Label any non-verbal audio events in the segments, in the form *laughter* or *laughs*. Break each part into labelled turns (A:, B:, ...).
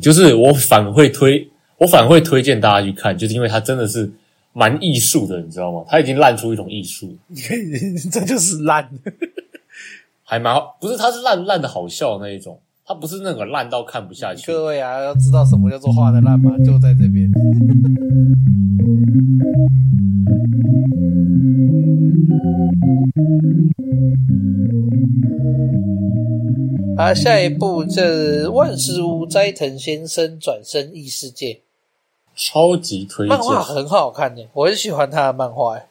A: 就是我反而会推，我反而会推荐大家去看，就是因为它真的是蛮艺术的，你知道吗？它已经烂出一种艺术，
B: 你 *laughs* 看，这就是烂。
A: 还蛮好，不是它是烂烂的好笑的那一种，它不是那个烂到看不下去。
B: 各位啊，要知道什么叫做画的 *laughs* 烂吗？就在这边。啊，下一部这万事屋斋藤先生转身异世界
A: 超级推荐
B: 漫，画很好看的，我很喜欢他的漫画哎，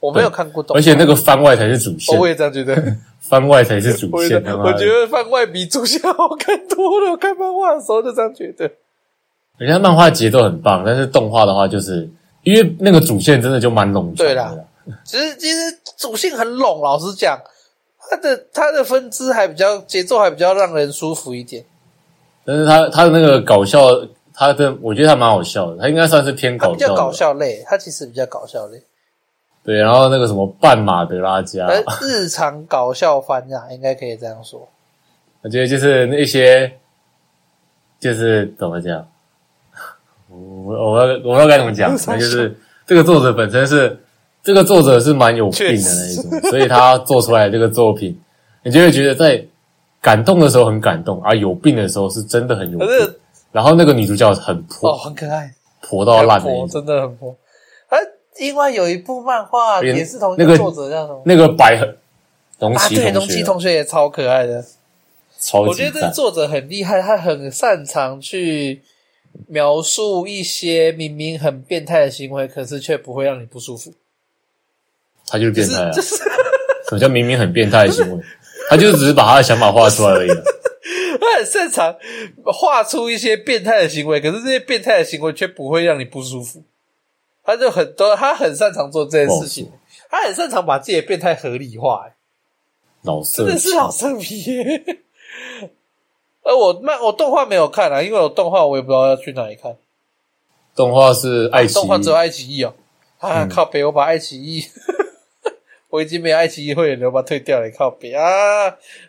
B: 我没有
A: 对
B: 看过动画，
A: 而且那个番外才是主线
B: 哦我，也这样觉得， *laughs*
A: 番外才是主
B: 我也
A: 线。
B: 这
A: 他
B: 样
A: 妈的
B: 我觉得番外比主线好看多了，我看漫画的时候就这样觉得。
A: 人家漫画节奏很棒，但是动画的话，就是因为那个主线真的就蛮冗长
B: 对
A: 的
B: 啦其实其实主线很拢，老实讲，它的它的分支还比较节奏还比较让人舒服一点。
A: 但是他他的那个搞笑，他的我觉得他蛮好笑的，他应该算是偏
B: 它
A: 搞
B: 比
A: 笑
B: 较
A: 的。
B: 搞笑类，它其实比较搞笑类，
A: 对，然后那个什么半马德拉加，
B: 而日常搞笑番啊，应该可以这样说。
A: 我觉得就是那些，就是怎么讲，我我我不知道该怎么讲，反正就是这个作者本身是这个作者是蛮有病的那一种，所以他做出来这个作品，你就会觉得在感动的时候很感动，而、有病的时候是真的很有病
B: 可。是
A: 然后那个女主角很婆、
B: 哦，很可爱，
A: 婆到烂
B: 很
A: 的一种，
B: 婆，真的很婆。啊，另外有一部漫画
A: 连
B: 也是同一
A: 那
B: 个
A: 个
B: 作者，叫什么？
A: 那个白很龙
B: 啊，
A: 崎
B: 对，
A: 同
B: 龙崎
A: 学、
B: 同学也超可爱的。
A: 超
B: 我
A: 级
B: 觉得这个
A: 赞，
B: 作者很厉害，他很擅长去描述一些明明很变态的行为，可是却不会让你不舒服。
A: 他就是
B: 就
A: 变
B: 是
A: 态啊！
B: 就是
A: 什么叫明明很变态的行为？他就只是把他的想法画出来而已啊。
B: *laughs* 他很擅长画出一些变态的行为，可是这些变态的行为却不会让你不舒服。他就很多，他很擅长做这件事情
A: 哦，
B: 他很擅长把自己的变态合理化、欸
A: 老
B: 真
A: 色
B: 的是老
A: 哦
B: 色批、欸。而呃我漫我动画没有看啊，因为我动画我也不知道要去哪里看。
A: 动画是爱奇
B: 啊动画只有
A: 艺，嗯
B: 爱奇艺哦。啊，靠北！我把爱奇艺， *laughs* 我已经没有爱奇艺会员了，我把它退掉了。靠北啊！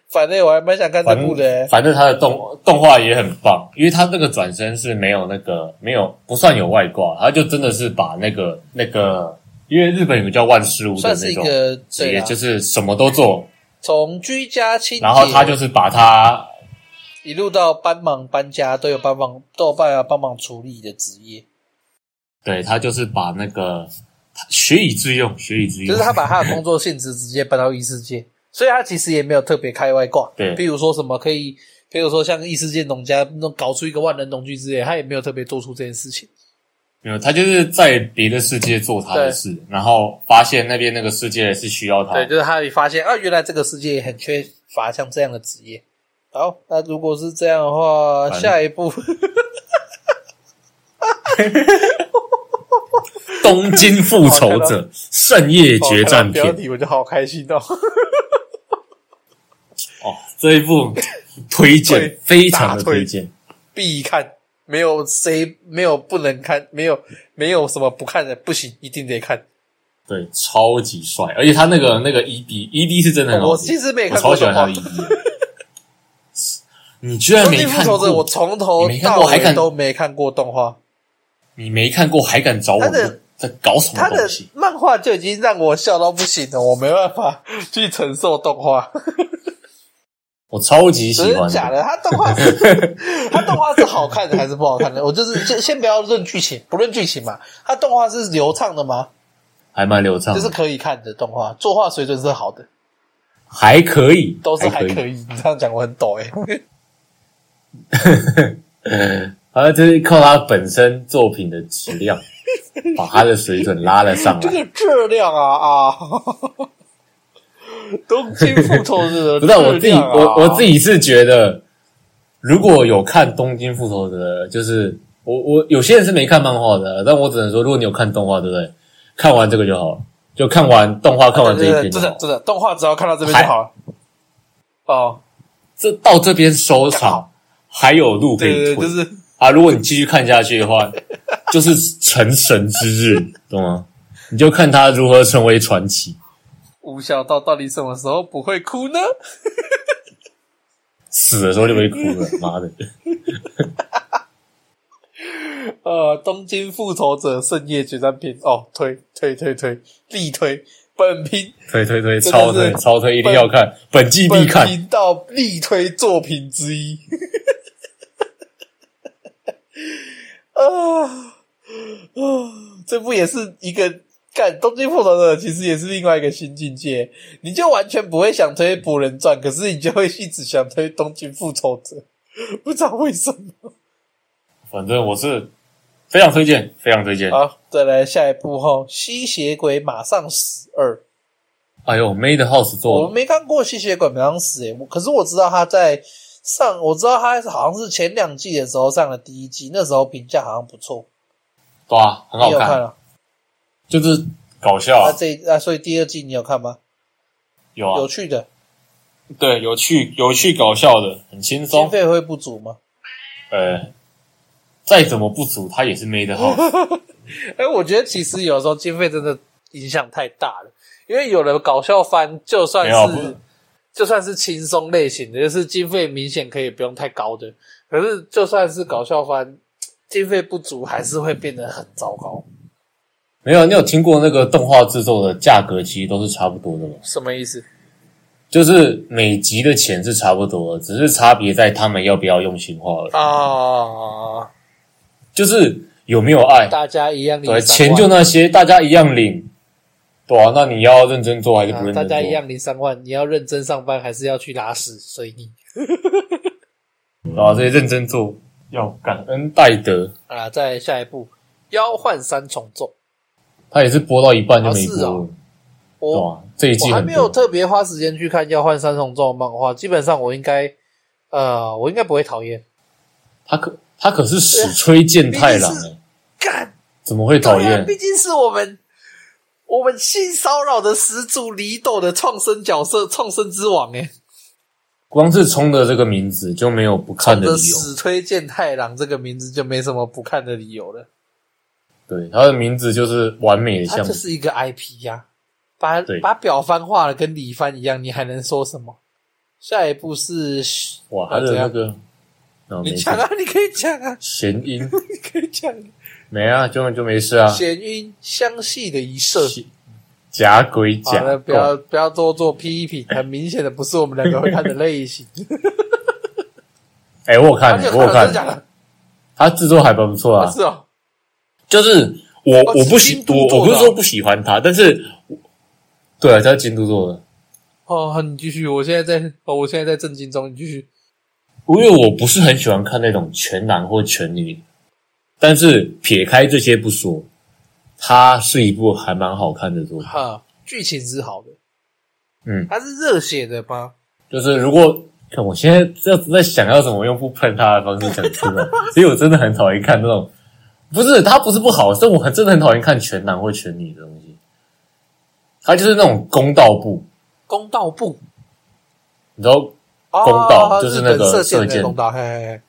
B: 反正我还蛮想看这
A: 反
B: 部的、欸
A: 正反正他的动动画也很棒，因为他那个转身是没有那个没有不算有外挂，他就真的是把那个那个，因为日本有个叫万事屋的
B: 算是
A: 那
B: 一
A: 种
B: 个
A: 职
B: 对
A: 业，
B: 啊，
A: 就是什么都做，
B: 从居家清洁，
A: 然后他就是把他
B: 一路到帮忙搬家都有帮忙，都有办法帮忙处理的职业，
A: 对他就是把那个学以致用，学以致
B: 就
A: 用
B: 是，他把他的工作性质直接搬到异世界，所以他其实也没有特别开外挂。
A: 对
B: 比如说什么可以，比如说像异世界农家弄搞出一个万能农具之类，他也没有特别做出这件事情。
A: 没有他就是在别的世界做他的
B: 对
A: 事，然后发现那边那个世界是需要他，
B: 对，就是他也发现啊，原来这个世界也很缺乏像这样的职业。好，那如果是这样的话，
A: 反正
B: 下一步
A: 东京复仇
B: *laughs*
A: 者圣夜决战
B: 哦看到标
A: 篇
B: 题我就好开心哦，
A: 哦，这一部推荐
B: 对
A: 非常的
B: 大推
A: 推荐，
B: 必看，没有谁没有不能看，没有没有什么不看的，不行，一定得看。
A: 对，超级帅，而且他那个那个 ED ED 是真的很好
B: 我
A: 听
B: 其，实没
A: 我
B: 看
A: 超
B: 过
A: 喜欢他
B: 动画
A: 的
B: 《
A: ED 的。 *laughs* 你居然
B: 终
A: 没
B: 极复
A: 看
B: 仇者》，我
A: 过，
B: 从头
A: 你没看
B: 到
A: 过还
B: 尾
A: 看
B: 都没看过动画，
A: 你没看过还敢找我
B: 他的
A: 在搞什么
B: 他的
A: 东西？
B: 漫画就已经让我笑到不行了，我没办法去承受动画。
A: 我超级喜
B: 真的
A: 欢
B: 假
A: 的，
B: 的？他动画
A: *laughs*
B: 是，他动画是好看的还是不好看的？我就是先先不要论剧情，不论剧情嘛，他动画是流畅的吗？
A: 还蛮流畅
B: 就
A: 的，
B: 是可以看的动画，作画水准是好的，
A: 还可以，
B: 都是还
A: 还
B: 可
A: 以。
B: 以。你这样讲我很抖哎、
A: *laughs* 而这是靠他本身作品的质量，把他的水准拉了上
B: 这
A: 来。
B: 个质量啊啊！
A: *laughs*
B: 东京复仇者
A: 不
B: 的
A: 是我自
B: 质
A: 己，
B: 量啊
A: 我我自己是觉得，如果有看《东京复仇者》，就是我我有些人是没看漫画的，但我只能说，如果你有看动画，对不对？看完这个就好了，就看完动画，看完这
B: 对
A: 一
B: 对
A: 篇就
B: 对真
A: 好
B: 的真的动画只要看到这边就好了。哦，
A: 这到这边收场，还有路可
B: 对
A: 以
B: 对对，
A: 退
B: 就是
A: 啊！如果你继续看下去的
B: *laughs*
A: 话，就是成神之日，懂吗？你就看他如何成为传奇。
B: 吴小道到底什么时候不会哭呢？ *laughs*
A: 死的时候就会哭了，妈的！
B: 呃，《东京复仇者圣夜决战篇》哦，推推推推，力推本评
A: 推推推，
B: 真的
A: 超
B: 是
A: 推超推，一定要看，本季必看
B: 本。频道力推作品之一。 *laughs* 啊啊！这部也是一个干《东京复仇者》，其实也是另外一个新境界。你就完全不会想推《博人传》，可是你就会一直想推《东京复仇者》，不知道为什么。
A: 反正我是非常推荐，非常推荐。
B: 好，再来下一部后，《吸血鬼马上死二》。
A: 哎呦，Made House
B: 我
A: 做
B: 没看过吸血鬼马上死、欸，我可是我知道他在上，我知道他好像是前两季的时候上了第一季，那时候评价好像不错，
A: 对啊，很
B: 你
A: 好
B: 有看
A: 看，
B: 了？
A: 就是搞笑
B: 那、
A: 啊，
B: 这那、啊、所以第二季你有看吗？
A: 有啊
B: 有，趣的，
A: 对，有趣有趣搞笑的，很轻
B: 经
A: 松。
B: 费会不足
A: *laughs*
B: 吗？
A: 呃，再怎么不足，它也是 Made
B: *laughs*
A: House。
B: 哎、我觉得其实有时候经费真的影响太大了，因为有了搞笑番，就算
A: 没有不是
B: 是就算是轻松类型的，就是经费明显可以不用太高的，可是就算是搞笑番，经费不足还是会变得很糟糕。
A: 没有，你有听过那个动画制作的价格其实都是差不多的吗？
B: 什么意思？
A: 就是每集的钱是差不多的，只是差别在他们要不要用心化而已。
B: 哦啊，
A: 就是有没有爱，
B: 大家一样领
A: 对，
B: 三
A: 钱
B: 万啊
A: 就那些，大家一样领，对啊，那你要认真做还是不
B: 啊
A: 认真做？
B: 大家一样领三万，你要认真上班还是要去拉屎？随你
A: 对啊，所以认真做，要感恩戴德。
B: 啊！再下一步，妖幻三重奏，
A: 他也是播到一半就没播
B: 啊是哦
A: 了，对
B: 我
A: 啊，这一
B: 我
A: 季
B: 还
A: 很
B: 没有
A: 多。
B: 特别花时间去看妖幻三重奏的漫画，基本上我应该呃，我应该不会讨厌。
A: 他可他可是史吹健太郎
B: 啊毕竟是
A: 哎，
B: 干，
A: 怎么会讨
B: 对啊
A: 厌？
B: 毕竟是我们我们性骚扰的始祖李斗的创生角色，创生之王哎、
A: 光是冲着这个名字就没有不看
B: 冲
A: 的
B: 着
A: 理由。
B: 死推荐太郎这个名字就没什么不看的理由了。
A: 对，他的名字就是完美的
B: 它
A: 像
B: 就，啊是一个 IP 呀、把
A: 对
B: 把表翻画了跟里翻一样，你还能说什么？下一步是
A: 哇，
B: 呃
A: 他的
B: 怎
A: 那
B: 样
A: 个，啊，没
B: 你
A: 事
B: 讲，啊，你可以讲啊，
A: 弦音
B: 你可以讲。
A: 没啊，就就没事啊，
B: 弦音相系的一射，
A: 假鬼
B: 好
A: 假哦
B: 了，不
A: 怪
B: 要不要多做批评，很明显的不是我们两个会看的
A: *laughs*
B: 类型。
A: 哎、我有
B: 而
A: 看
B: 且，
A: 我有
B: 真的
A: 看，
B: 假的？
A: 他制作海报不错
B: 啊
A: 啊。
B: 是哦，
A: 就是我、
B: 哦
A: 我不
B: 是
A: 喜
B: 京都
A: 我
B: 做的啊
A: 我不是说不喜欢他，但是我对啊，他是京都做的，
B: 哦，好你继续，我现在在，哦，我现在在震惊中，你继续。
A: 因为我不是很喜欢看那种全男或全女，但是撇开这些不说，它是一部还蛮好看的作品。
B: 哈，啊剧情是好的，
A: 嗯
B: 它是热血的吗？
A: 就是如果看我现在这在想要怎么用不喷他的方式讲出来， *laughs* 因为我真的很讨厌看那种，不是他不是不好，是我很真的很讨厌看全男或全女的东西，他就是那种公道部，
B: 公道部，
A: 你知道
B: 哦
A: 公道就是
B: 日
A: 那
B: 本
A: 个
B: 射箭
A: 射箭
B: 的公道，嘿嘿嘿，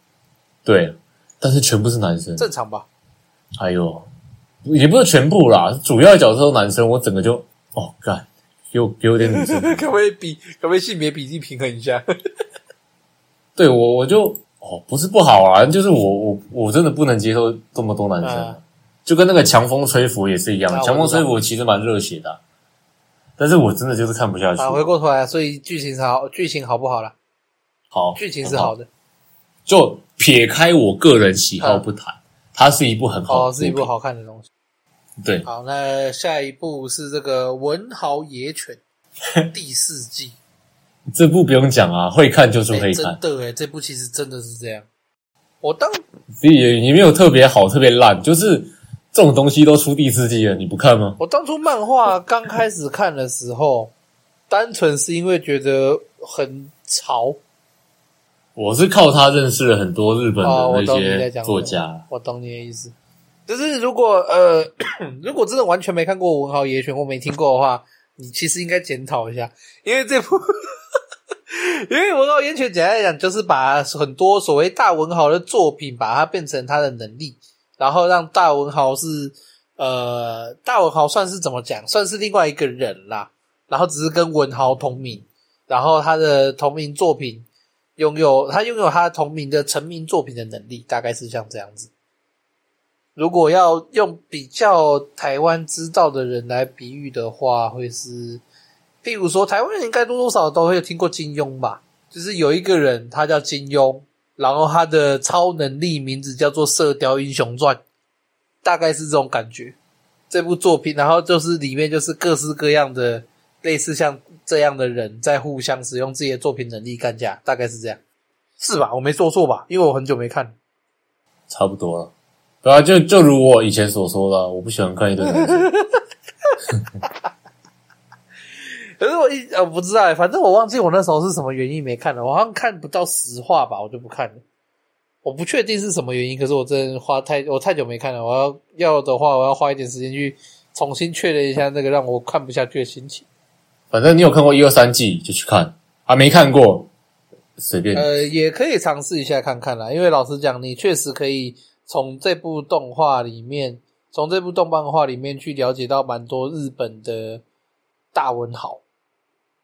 A: 对，但是全部是男生，
B: 正常吧？
A: 哎呦，也不是全部啦，主要的角色都男生，我整个就哦干，给我给我点女生，
B: *laughs* 可不可以比，可不可以性别比例平衡一下？
A: 对我我就哦不是不好啊，就是我我我真的不能接受这么多男生啊，
B: 嗯
A: 就跟那个强风吹拂也是一样
B: 啊，
A: 强、
B: 我
A: 风
B: 知道
A: 吹拂其实蛮热血的啊、但是我真的就是看不下去。
B: 啊，回过头来，所以剧情是好，剧情好不好啦？
A: 好，
B: 剧情是好
A: 的，
B: 的，
A: 就撇开我个人喜好
B: 嗯
A: 不谈，它是一部很好的
B: 哦，是一部
A: 作
B: 好看的东西。
A: 品，对，
B: 好，那下一部是这个《文豪野犬》
A: *laughs*
B: 第四季，
A: 这部不用讲啊，会看就是
B: 哎、
A: 会看
B: 真，的哎、这部其实真的是这样。我当
A: 所以也也没有特别好，特别烂，就是这种东西都出第四季了，你不看吗？
B: 我当初漫画刚开始看的时候，单纯是因为觉得很潮
A: 我是靠它认识了很多日本
B: 哦，我
A: 的那
B: 懂你在
A: 些
B: 讲什么
A: 作家，
B: 我懂你的意思。就是如果呃， *clears throat* 如果真的完全没看过《文豪野犬》或没听过的话，你其实应该检讨一下，因为这部， *laughs* 因为《文豪野犬》简单来讲就是把很多所谓大文豪的作品，把它变成他的能力，然后让大文豪是呃，大文豪算是怎么讲，算是另外一个人啦，然后只是跟文豪同名，然后他的同名作品拥有他拥有他同名的成名作品的能力，大概是像这样子。如果要用比较台湾知道的人来比喻的话，会是，譬如说台湾人应该多多少少都会有听过金庸吧，就是有一个人他叫金庸，然后他的超能力名字叫做《射雕英雄传》，大概是这种感觉。这部作品，然后就是里面就是各式各样的类似像这样的人在互相使用自己的作品能力干架，大概是这样，是吧？我没说错吧？因为我很久没看。
A: 差不多了。对啊，就就如我以前所说的，啊我不喜欢看一堆男生。
B: 可是我一呃不知道欸，反正我忘记我那时候是什么原因没看了，我好像看不到实话吧，我就不看了。我不确定是什么原因，可是我真的花太我太久没看了，我要要的话，我要花一点时间去重新确认一下那个让我看不下去的心情。
A: 反正你有看过一二三季就去看，啊，没看过随便。
B: 呃，也可以尝试一下看看啦，因为老实讲，你确实可以从这部动画里面，从这部动漫画里面去了解到蛮多日本的大文豪，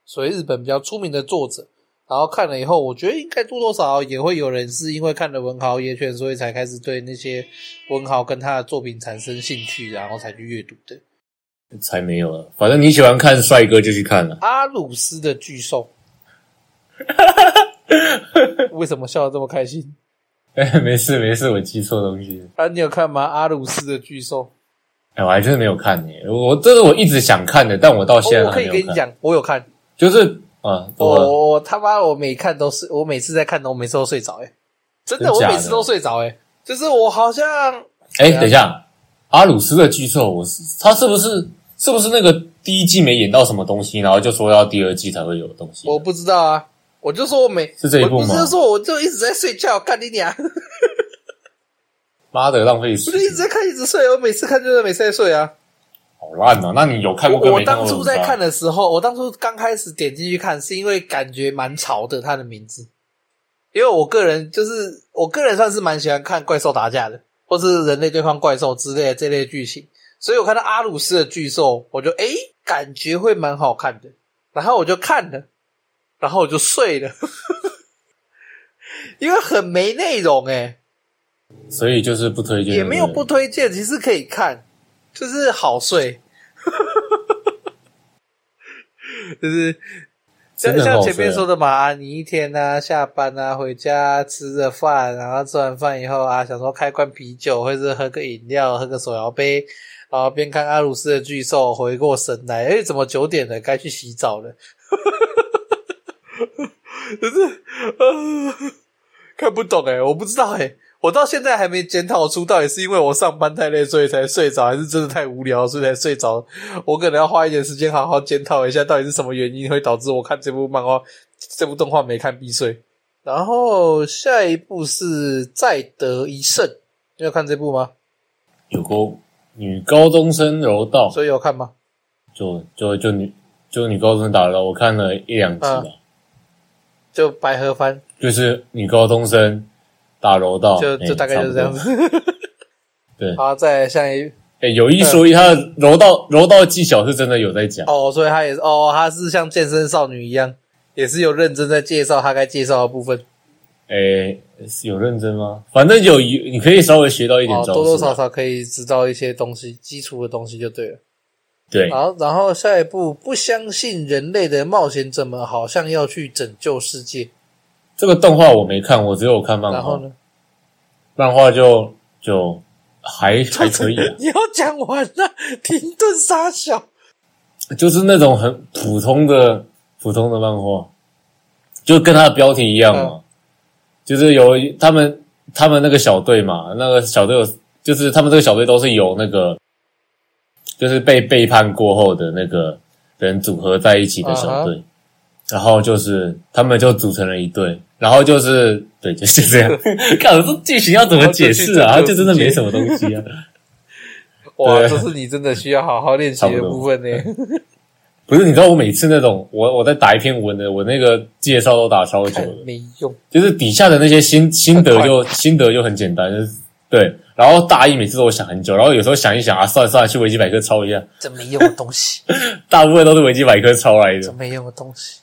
B: 所以日本比较出名的作者。然后看了以后，我觉得应该多多少少也会有人是因为看了文豪野犬，所以才开始对那些文豪跟他的作品产生兴趣，啊然后才去阅读的。
A: 才没有了，反正你喜欢看帅哥就去看了。
B: 阿鲁斯的巨兽，为什么笑得这么开心？
A: 哎，没事没事，我记错东西了。
B: 啊，你有看吗？阿鲁斯的巨兽，
A: 哎，我还真的没有看呢、我这是我一直想看的，但我到现在
B: 哦我可
A: 还
B: 以
A: 没有
B: 跟你
A: 看。
B: 讲，我有看，
A: 就是啊，
B: 我
A: 多了
B: 我我他妈我每看都是，我每次在看，我每次都睡着，哎，真的，
A: 真
B: 我
A: 假的
B: 每次都睡着，哎，就是我好像
A: 哎，
B: 啊
A: 等一下，阿鲁斯的巨兽，我是他是不是是不是那个第一季没演到什么东西，然后就说要第二季才会有的东西？
B: 我不知道啊，我就说我每
A: 是这一部
B: 我
A: 吗
B: 不是说我就一直在睡觉，干你娘！我
A: 妈的，浪费时
B: 就一直
A: 间，
B: 在看，一直睡，我每次看就是每次在睡啊。
A: 好烂哦！那你有看
B: 我
A: 过跟
B: 我
A: 没看
B: 当
A: 过
B: 初在看
A: 的，
B: 的时候，我当初刚开始点进去看，是因为感觉蛮潮的他的名字，因为我个人就是我个人算是蛮喜欢看怪兽打架的，或是人类对抗怪兽之类的这类剧情，所以我看到阿鲁斯的巨兽，我就诶、感觉会蛮好看的，然后我就看了，然后我就睡了， *laughs* 因为很没内容诶、
A: 所以就是不推荐，
B: 也没有不
A: 对对
B: 推荐，其实可以看，就是好睡， *laughs* 就是
A: 真
B: 像
A: 的很
B: 像
A: 好
B: 前面
A: 睡啊
B: 说的嘛，啊，你一天啊，下班啊，回家吃着饭，然后吃完饭以后啊，想说开罐啤酒，或者是喝个饮料，喝个手摇杯，然后边看阿鲁斯的巨兽，回过神来，哎，怎么九点了？该去洗澡了。 *laughs* 可是，呃，看不懂哎、我不知道哎、我到现在还没检讨出到底是因为我上班太累所以才睡着，还是真的太无聊所以才睡着。我可能要花一点时间好好检讨一下，到底是什么原因会导致我看这部漫画、这部动画没看必睡。然后下一部是《再得一胜》，你有看这部吗？
A: 有过女高中生柔道，
B: 所以有看吗？
A: 就就就女就女高中生打柔道，我看了一两集
B: 嗯
A: 吧，
B: 就白河番，
A: 就是女高中生打柔道，
B: 就
A: 哎
B: 就大概就是这样。
A: 差
B: 子。
A: 不多对，
B: *laughs* 好，再来下一
A: 哎，有一
B: 嗯
A: 说一，他的柔道柔道技巧是真的有在讲。
B: 哦，所以他也是哦，他是像健身少女一样，也是有认真在介绍他该介绍的部分。
A: 诶、哎有认真吗？反正有一，你可以稍微学到一点
B: 哦，
A: 招式啊、
B: 多多少少可以知道一些东西，基础的东西就对了。
A: 对，
B: 好，然后下一步，不相信人类的冒险者们好像要去拯救世界。
A: 这个动画我没看，我只有看漫
B: 然后
A: 画。
B: 呢？
A: 漫画就就还还可以、啊，
B: *laughs* 你要讲完了，停顿傻小。
A: 就是那种很普通的普通的漫画，就跟它的标题一样嘛。就是有他们他们那个小队嘛，那个小队有，就是他们这个小队都是由那个就是被背叛过后的那个人组合在一起的小队。然后就是他们就组成了一队，然后就是对，就是这 *laughs* 样。看我这剧情要怎么解释啊？
B: 然后
A: 它就
B: 就去拯救
A: 真的没什么东西啊。
B: 哇，
A: 对
B: 这是你真的需要好好练习的部分呢。 *laughs*
A: 不是，你知道我每次那种我我在打一篇文的，我那个介绍都打超久
B: 看
A: 的，
B: 没用，
A: 就是底下的那些心心得就心得就很简单，就是对。然后大意每次都我想很久，然后有时候想一想啊，算了算了，去维基百科抄一下，
B: 这没用的
A: *laughs*
B: 东西，
A: 大部分都是维基百科抄来
B: 这
A: 的。
B: 没用的东西。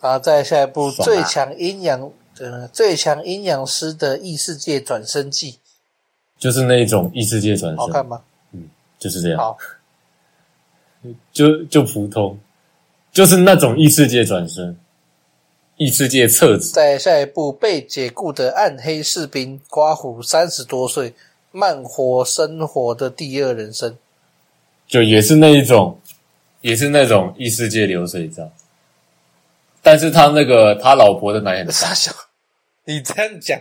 B: 然后再下一步，
A: 爽啊
B: 最强阴阳，呃，最强阴阳师的异世界转生记。
A: 就是那种异世界传
B: 好
A: 说，
B: 看吗？
A: 就是这样，
B: 好，
A: 就就普通，就是那种异世界转身，异世界册子，
B: 在下一部被解雇的暗黑士兵刮胡三十多岁，慢活生活的第二人生。
A: 就也是那一种，也是那种异世界流水账，但是他那个他老婆的奶很大，
B: *laughs* 傻笑，你这样讲，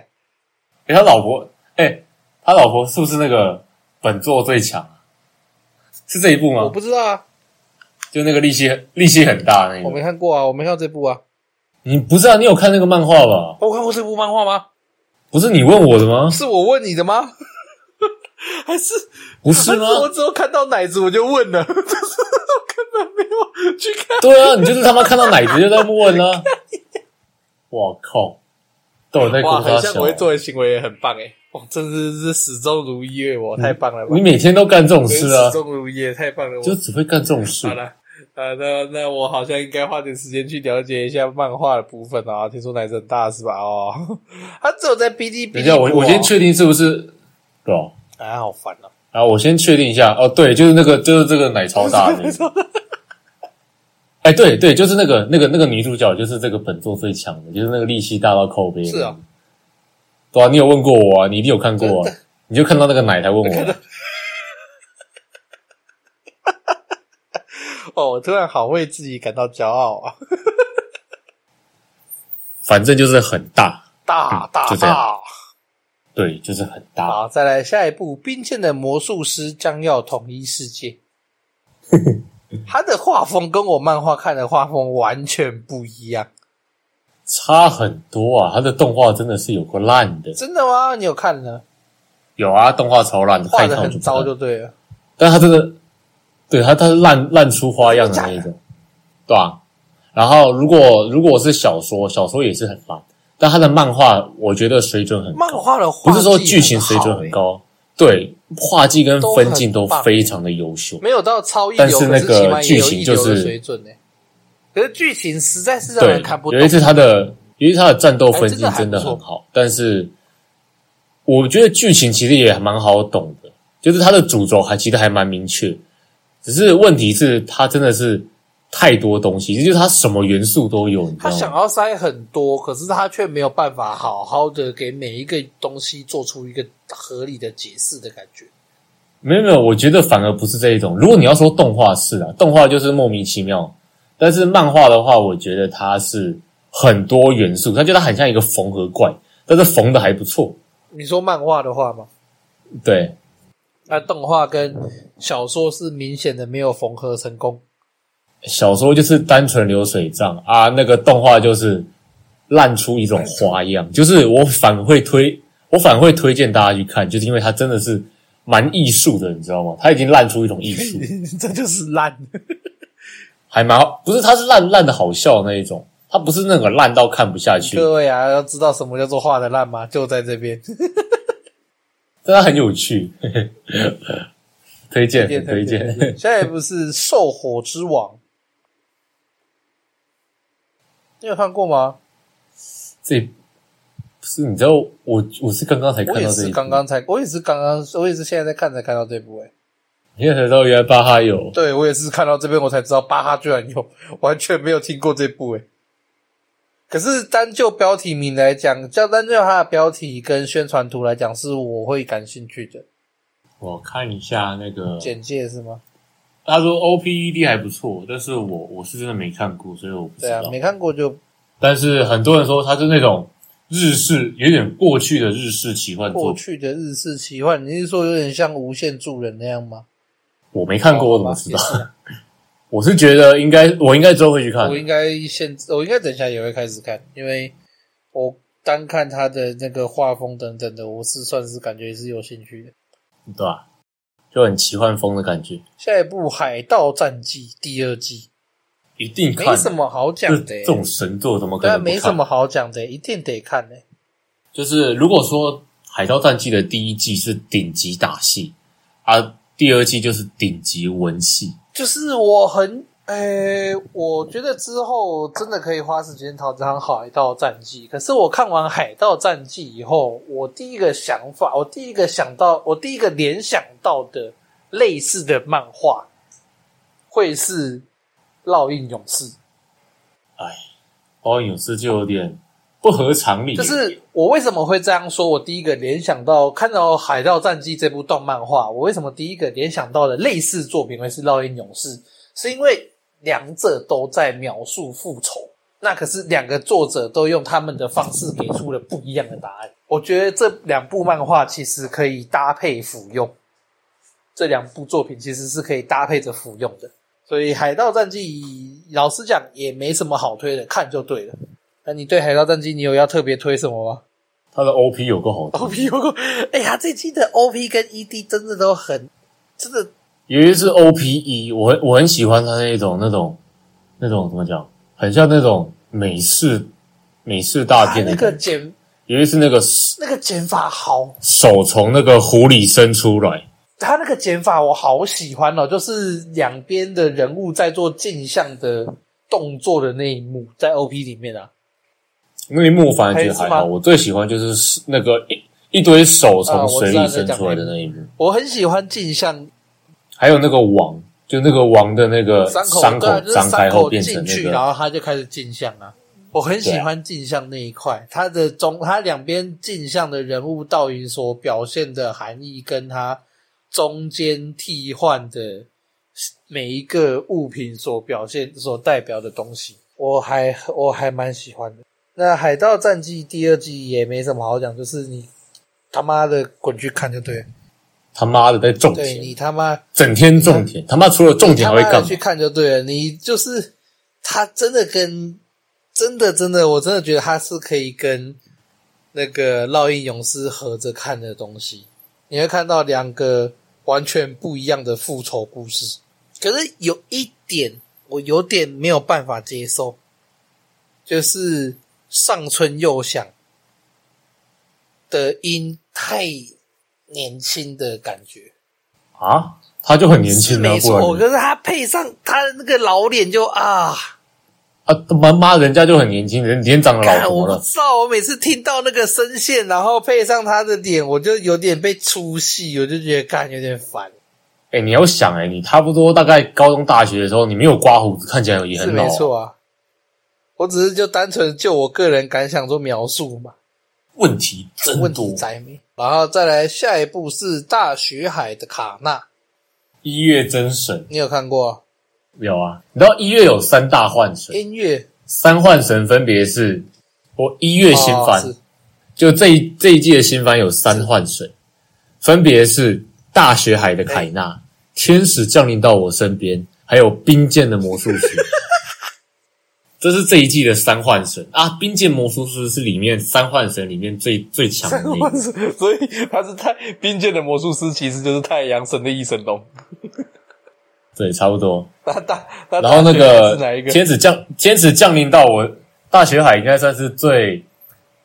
A: 诶、他老婆，诶、他老婆是不是那个本作最强啊？是这一部
B: 我
A: 吗？
B: 不知道啊，
A: 就那个力气力气很大那
B: 我
A: 个
B: 没，看过啊，我没看过这部啊。
A: 你不是啊？你有看那个漫画吧？
B: 我看过这部漫画吗？
A: 不是你问我的吗？
B: 是我问你的吗？ *laughs* 还是
A: 不是吗
B: 还？我只有看到奶子我就问了，就是我根本没有去看。
A: 对啊，你就是他妈看到奶子就在问啊！我靠，都有在哭
B: 哇，
A: 他
B: 很像
A: 小
B: 我，会做的行为也很棒哎，哇，真的是始终如一耶，我太棒了吧
A: 你！每天都干这种
B: 真
A: 事
B: 是
A: 嗯啊
B: 始，终如一耶，太棒了！
A: 就
B: 我
A: 只会干这种事
B: 好。了。呃，那那我好像应该花点时间去了解一下漫画的部分啊。听说奶子很大是吧？哦， *laughs* 他只有在 B D B。
A: 等一下，我我先确定是不是对吧、
B: 啊，好烦哦、
A: 然后我先确定一下，哦，对，就是那个，就是这个奶超大
B: *laughs*
A: 的那个。哎，对对，就是那个那个那个女主角，就是这个本作最强的，就是那个力气大到靠背。
B: 是啊，
A: 对啊，你有问过我啊，你一定有看过啊
B: 真，
A: 你就看到那个奶才问我啊、
B: 哦，我突然好为自己感到骄傲啊！
A: 反正就是很大，
B: 大
A: 嗯
B: 大
A: 就这样
B: 大！
A: 对，就是很大。
B: 好，再来下一部，冰剑的魔术师将要统一
A: *laughs*
B: 世界。他的画风跟我漫画看的画风完全不一样，
A: 差很多啊！它的动画真的是有过烂的，
B: 真的吗？你有看呢？
A: 有啊，动画超烂的，
B: 画
A: 看一
B: 的
A: 看我
B: 很
A: 就不
B: 糟
A: 看
B: 就对了。
A: 但它真的，对它它是烂烂出花样的那一种，对吧、然后如果如果是小说，小说也是很烂，但它的漫画我觉得水准很高，
B: 漫画的画
A: 不
B: 技
A: 是说剧情水准很
B: 很好欸
A: 高，对，画技跟分镜
B: 都
A: 都
B: 很棒
A: 非常的优秀
B: 欸，，没有到超一流，
A: 但是那个
B: 可是起码也有一
A: 剧情就
B: 流的
A: 是
B: 水准呢、可是剧情实在是让
A: 对
B: 人看，不懂
A: 尤其。是它的，尤其是它的战斗分
B: 哎
A: 镜
B: 真
A: 真
B: 的
A: 的
B: 还不
A: 很
B: 错
A: 好，但是我觉得剧情其实也蛮好懂的，就是它的主轴还其实还蛮明确，只是问题是它真的是太多东西，就是它什么元素都有，你
B: 他
A: 知道
B: 想
A: 吗？
B: 要塞很多，可是他却没有办法好好的给每一个东西做出一个合理的解释的感觉。
A: 没有没有，我觉得反而不是这一种。如果你要说动画是啊，动画就是莫名其妙，但是漫画的话，我觉得它是很多元素，它觉得它很像一个缝合怪，但是缝的还不错。
B: 你说漫画的话吗？
A: 对，
B: 那动画跟小说是明显的没有缝合成功。 *laughs*
A: 小说就是单纯流水账啊，那个动画就是烂出一种花样，就是我反会推，我反会推荐大家去看，就是因为它真的是蛮艺术的，你知道吗？它已经烂出一种艺术，
B: 这就是烂。
A: 还蛮好，不是它是烂烂的好笑的那一种，它不是那个烂到看不下去，
B: 各位啊，要知道什么叫做画的烂吗？就在这边，
A: 但它很有趣， *laughs* 嘿嘿推荐很推
B: 推
A: 荐。
B: 荐。现在不是《兽火之王》，
A: *laughs*
B: 你有看过吗？
A: 这不是你知道我我是刚刚才看
B: 我也
A: 到这一
B: 是
A: 部
B: 刚，刚才，我也是刚刚，我也是现在在看才看到这部、欸。
A: 你才知道原来巴哈有
B: 对我也是看到这边我才知道巴哈居然有， *laughs* 完全没有听过这部诶、欸可是单就标题名来讲，叫单就它的标题跟宣传图来讲，是我会感兴趣的。
A: 我看一下那个
B: 简介是吗？
A: 他说 O P E D 还不错，但是我我是真的没看过，所以我不知
B: 对啊
A: 道。，
B: 没看过就
A: 但是很多人说它是那种日式，有点过去的日式奇幻作
B: 过
A: 品。
B: 去的日式奇幻，你是说有点像《无限助人》那样吗？
A: 我没看过，
B: 哦
A: 我怎么
B: 好吧
A: 知道
B: 也是？
A: *laughs* 我是觉得应该，我应该之后会去看
B: 我。应该现，我应该等一下也会开始看，因为我单看他的那个画风等等的，我是算是感觉是有兴趣的。
A: 对吧、就很奇幻风的感觉，
B: 下一部《海盗战记》第二季，
A: 一定看。
B: 没什么好讲
A: 就
B: 的、欸，
A: 这种神作怎么可
B: 对啊，
A: 能不
B: 没
A: 看？
B: 什么好讲的，一定得看的。
A: 就是如果说《海盗战记》的第一季是顶啊级打戏，而、第二季就是顶级文戏，
B: 就是我很哎，我觉得之后真的可以花时间讨这场《海盗战记》。可是我看完《海盗战记》以后，我第一个想法，我第一个想到，我第一个联想到的类似的漫画，会是《烙印勇士》。
A: 哎，烙印勇士就有点不合常理。
B: 就是我为什么会这样说？我第一个联想到看到《海盗战记》这部动漫画，我为什么第一个联想到的类似作品会是《烙印勇士》？是因为两者都在描述复仇，那可是两个作者都用他们的方式给出了不一样的答案。我觉得这两部漫画其实可以搭配服用，这两部作品其实是可以搭配着服用的。所以《海盗战记》老实讲也没什么好推的，看就对了。那你对《海盗战记》你有要特别推什么 *laughs* 吗？
A: 他的 OP 有个好
B: ，OP 有个，哎呀，这季的 OP 跟 ED 真的都很，真的。
A: 尤其是 O P E，我很我很喜欢他那一种那种那种怎么讲，很像那种美式美式大片的、
B: 啊、那个剪，
A: 尤其是那个
B: 那个剪法好，
A: 手从那个湖里伸出来，
B: 他那个剪法我好喜欢哦，就是两边的人物在做镜像的动作的那一幕，在 O P 里面啊，
A: 那一幕反而觉得还好，我最喜欢就是那个一一堆手
B: 啊
A: 从水里伸出来的那一幕，啊、
B: 我,我很喜欢镜像。
A: 还有那个王，就那个王的那个
B: 伤
A: 口张开后变成
B: 那
A: 个，
B: 然后他就开始镜像啊。我很喜欢镜像那一块，他的中他两边镜像的人物倒影所表现的含义，跟他中间替换的每一个物品所表现所代表的东西，我还我还蛮喜欢的。那《海盗战记》第二季也没什么好讲，就是你他妈的滚去看就对了。
A: 他妈的在种田，
B: 对你他妈
A: 整天种田，他妈除了种田还会干嘛？
B: 去看就对了。你就是他真的跟真的真的，我真的觉得他是可以跟那个《烙印勇士》合着看的东西。你会看到两个完全不一样的复仇故事。可是有一点我有点没有办法接受，就是上村佑响的音太。年轻的感觉
A: 啊，他就很年轻、啊，
B: 没错。可是他配上他的那个老脸，就啊
A: 啊，他妈妈人家就很年轻，人脸长得老
B: 我知道，我每次听到那个声线，然后配上他的脸，我就有点被出戏，我就觉得看有点烦。
A: 哎、欸，你要想、欸，哎，你差不多大概高中、大学的时候，你没有刮胡子，看起来也很老、啊。
B: 没错啊，我只是就单纯就我个人感想做描述嘛。
A: 问题真
B: 问题在没？然后再来下一部是大徐海的《卡纳》，
A: 一月真神，
B: 你有看过？
A: 有啊，你知道一月有三大幻神，
B: 音乐
A: 三幻神分别是，我一月新番，
B: 哦、
A: 就这一这一季的新番有三幻神，分别是大学海的凯纳、欸、天使降临到我身边，还有冰剑的魔术师。这是这一季的三幻神啊，冰剑魔术师是里面三幻神里面最最强 *laughs*
B: *laughs*
A: 的那
B: 个，所以他哦是太冰剑的魔术师，其实就是太阳神的一神龙。
A: 对，差不多。
B: *laughs* 那大，那
A: 然后那
B: 个天
A: 使降天使降临到我大学海，应该算是最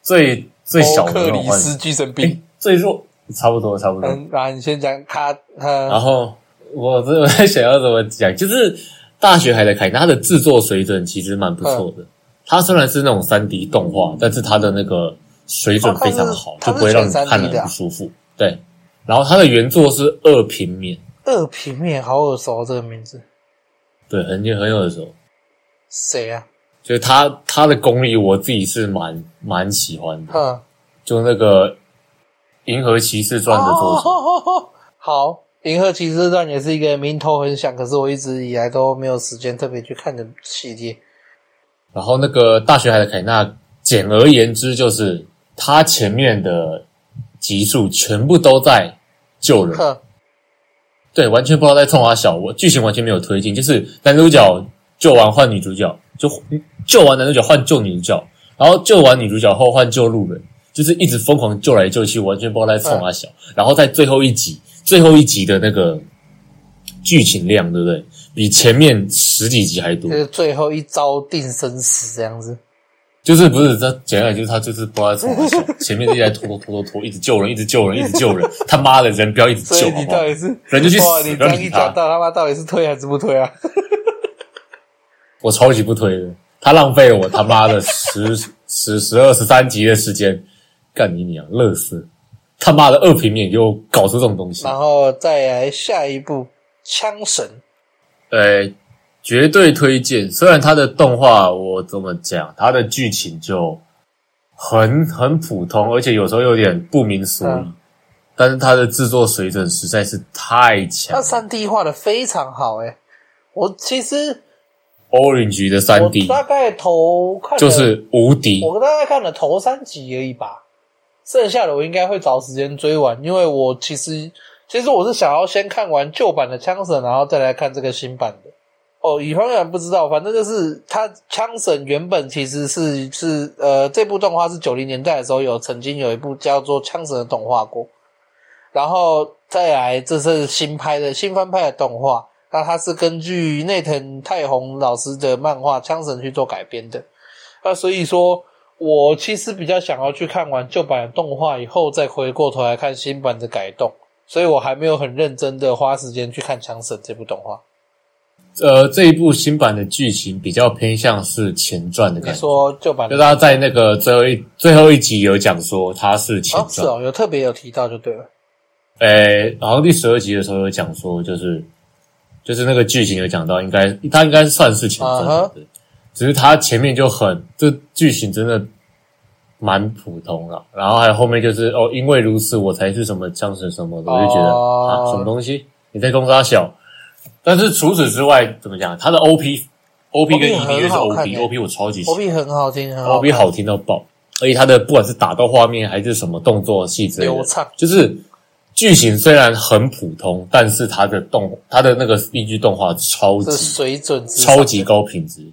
A: 最最小的
B: 哦克里斯巨
A: 哎
B: 神兵、欸，
A: 最弱，差不多，差不多。
B: 嗯，那你先讲他，嗯、
A: 然后我这我在想要怎么讲，就是。大学海的凯，它的制作水准其实蛮不错的。嗯、它虽然是那种三 D 动画，但是它的那个水准非常好，
B: 就
A: 不会让你看了不舒服。对，然后它的原作是二平面，
B: 二平面好耳熟、哦、这个名字，
A: 对，很很耳熟。
B: 谁啊？
A: 就是他他的功力，我自己是蛮蛮喜欢的。
B: 嗯，
A: 就那个《银河骑士传》的作者、
B: 哦哦，好。《银河骑士传》也是一个名头很响，可是我一直以来都没有时间特别去看的系列。
A: 然后那个大学海的凯纳，简而言之就是他前面的集数全部都在救人，对，完全不知道在冲他小，我剧情完全没有推进，就是男主角救完换女主角，就救完男主角换救女主角，然后救完女主角后换救路人，就是一直疯狂救来救去，完全不知道在冲啊他小。然后在最后一集。最后一集的那个剧情量，对不对？比前面十几集还多。
B: 就是最后一招定生死这样子。
A: 就是不是他简单就是他就是不知道怎么前面一直在拖拖拖拖拖，一直救人，一直救人，一直 *laughs* 救人。他妈的人不要一直救，
B: 你到底是
A: 人就去死，
B: 你
A: 不要理
B: 他。到他妈到底是推还是不推啊？
A: 我超级不推的。他浪费了我他妈的十十十二十三集的时间，干你娘，乐死！他妈的二平面给我搞出这种东西，
B: *laughs* 然后再来下一部《枪神》，
A: 呃，绝对推荐。虽然它的动画我怎么讲，它的剧情就很很普通，而且有时候有点不明所以，
B: 嗯
A: 但是它的制作水准实在是太强
B: 它。三 D 画的非常好诶、我其实
A: Orange 的三
B: 我
A: D
B: 大概头看了
A: 就是无敌，
B: 我大概看了头三集而已吧，剩下的我应该会找时间追完，因为我其实其实我是想要先看完旧版的《枪神》，然后再来看这个新版的。哦，以方远不知道，反正就是他《枪神》原本其实是是呃，这部动画是九零年代的时候有曾经有一部叫做《枪神》的动画过，然后再来这是新拍的新翻拍的动画，那它是根据内藤太宏老师的漫画《枪神》去做改编的。那所以说我其实比较想要去看完旧版的动画以后，再回过头来看新版的改动，所以我还没有很认真的花时间去看《枪神》这部动画。
A: 呃，这一部新版的剧情比较偏向是前传的
B: 你
A: 感觉，
B: 说旧版
A: 就
B: 的
A: 他在那个最后一最后一集有讲说他是前
B: 哦，是
A: 传，
B: 哦，有特别有提到就对了。
A: 诶、好像第十二集的时候有讲说，就是就是那个剧情有讲到，应该他应该算是前传
B: 啊哈
A: 对只是他前面就很这剧情真的蛮普通了，然后还有后面就是哦，因为如此我才是什么将士什么的，我就觉得、
B: 哦
A: 啊，什么东西你在攻杀小，但是除此之外怎么讲，他的 OP OP 跟
B: OP 很
A: ED 是
B: 好看欸
A: OP OP 我超级喜欢
B: OP 很好听，很好
A: OP
B: 看，
A: 好听到爆，而且他的不管是打斗画面还是什么动作戏之类的
B: 流畅
A: 就是剧情虽然很普通，但是它的动它的那个 B G 动画超
B: 这
A: 级
B: 水准之上
A: 超级高品质，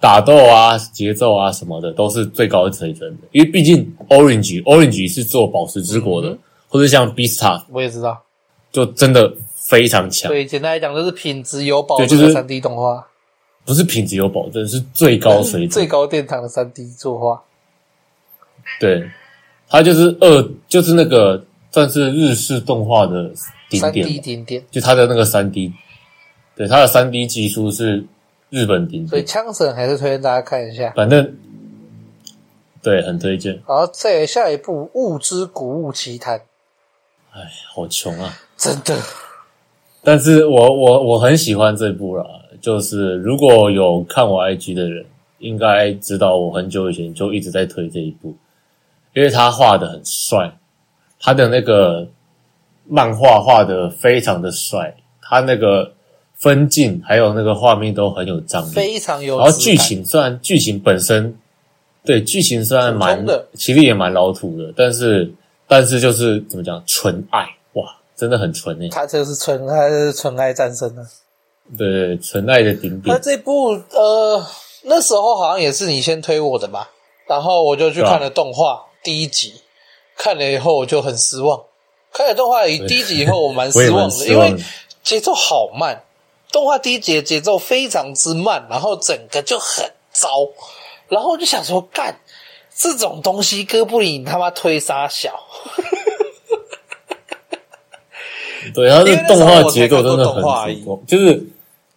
A: 打斗啊、节奏啊什么的都是最高的水准的。因为毕竟 Orange Orange 是做宝石之国的，
B: 嗯
A: 或者像 Beasta
B: 我也知道。
A: 就真的非常强，
B: 对，简单来讲就是品质有保
A: 对
B: 证
A: 就是
B: 的三 D 动画，
A: 不是品质有保证，是最高水准、
B: 最高殿堂的三 D 作画。
A: 对，它就是二，就是那个算是日式动画的顶
B: 三 D
A: 点吧，
B: 顶点，
A: 就它的那个三 D，对，它的三 D 技术是日本顶
B: 所以
A: 点，
B: 《枪神》还是推荐大家看一下。
A: 反正对，很推荐。
B: 然后再来下一部《物之古物奇谭》，
A: 好穷啊，
B: 真的
A: 但是我我我很喜欢这部啦，就是如果有看我 IG 的人，应该知道我很久以前就一直在推这一部，因为他画的很帅，他的那个漫画画的非常的帅，他那个分镜还有那个画面都很有张力，
B: 非常有质
A: 然
B: 感。
A: 后剧情虽然剧情本身，对剧情虽然
B: 普
A: 蛮
B: 通的，
A: 其实也蛮老土的，但是但是就是怎么讲，纯爱哇，真的很纯欸诶、
B: 它就是纯，它就是纯爱战神了。
A: 对对对，纯爱的顶
B: 那
A: 点。
B: 这部呃，那时候好像也是你先推我的吧，然后我就去看了动
A: 啊
B: 画第一集，看了以后我就很失望。看了动画以第一集以后，我蛮
A: 我也
B: 失望
A: 蛮
B: 的，
A: 失
B: 因
A: 望
B: 为
A: 的。
B: 节奏好慢，动画第一节节奏非常之慢，然后整个就很糟，然后我就想说，干这种东西，哥布林你他妈推杀小，
A: 对，它
B: 因
A: 是
B: 为那时
A: 动
B: 候
A: 画
B: 我才
A: 节奏
B: 看过
A: 真的
B: 动画而
A: 很
B: 已
A: 普通，就是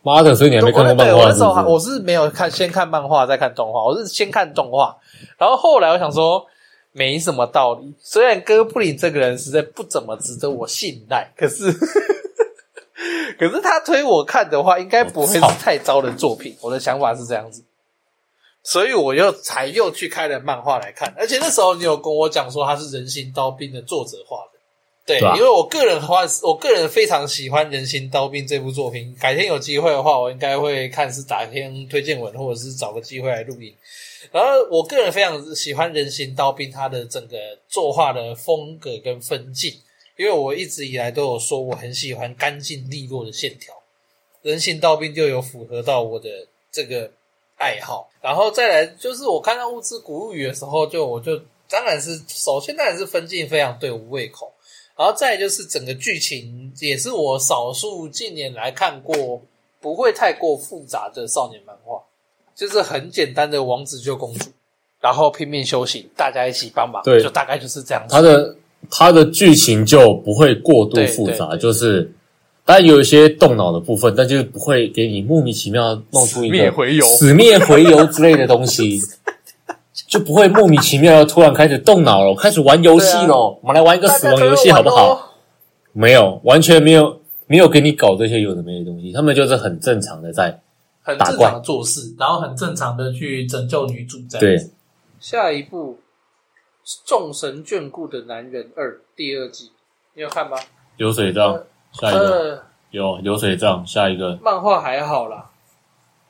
A: 妈的，所以你还没看过漫
B: 对我
A: 画
B: 那
A: 是
B: 时候还
A: 不
B: 我
A: 是？
B: 是没有看，先看漫画再看动画，我是先看动画，然后后来我想说没什么道理。虽然哥布林这个人实在不怎么值得我信赖，可是 *laughs* 可是他推我看的话，应该不会是
A: 我操
B: 太糟的作品。我的想法是这样子，所以我又才又去开了漫画来看，而且那时候你有跟我讲说他是人形刀兵的作者画的。对，
A: 对啊
B: 因为我个人的话，我个人非常喜欢《人形刀兵》这部作品。改天有机会的话，我应该会看是打篇推荐文，或者是找个机会来录影。然后我个人非常喜欢《人形刀兵》它的整个作画的风格跟分镜，因为我一直以来都有说我很喜欢干净利落的线条，《人形刀兵》就有符合到我的这个爱好。然后再来就是我看到《物资古物语》的时候，就我就当然是首先当然是分镜非常对我胃口。然后再来就是整个剧情也是我少数近年来看过不会太过复杂的少年漫画，就是很简单的王子救公主，然后拼命修行，大家一起帮忙，
A: 对
B: 就大概就是这样子。
A: 它的它的剧情就不会过度
B: 对
A: 复杂，
B: 对对
A: 就是当然有一些动脑的部分，但就是不会给你莫名其妙弄出一个
C: 死灭回游
A: 死灭回游之类的东
B: *laughs*
A: 西，就不会莫名其妙突然开始动脑了，开始玩游戏
B: 对
A: 了。
B: 啊
A: 我们来玩一个死亡游戏好不好？？没有，完全没有，没有给你搞这些有的没的东西，他们就是很正常的在
D: 很
A: 打
D: 正
A: 怪
D: 常的做事，然后很正常的去拯救女主这样。
A: 对，
B: 下一部《众神眷顾的男人二》第二季，你有看吗？
A: 流水账，下一个
B: 呃，
A: 有流水账，下一个
B: 漫画还好啦，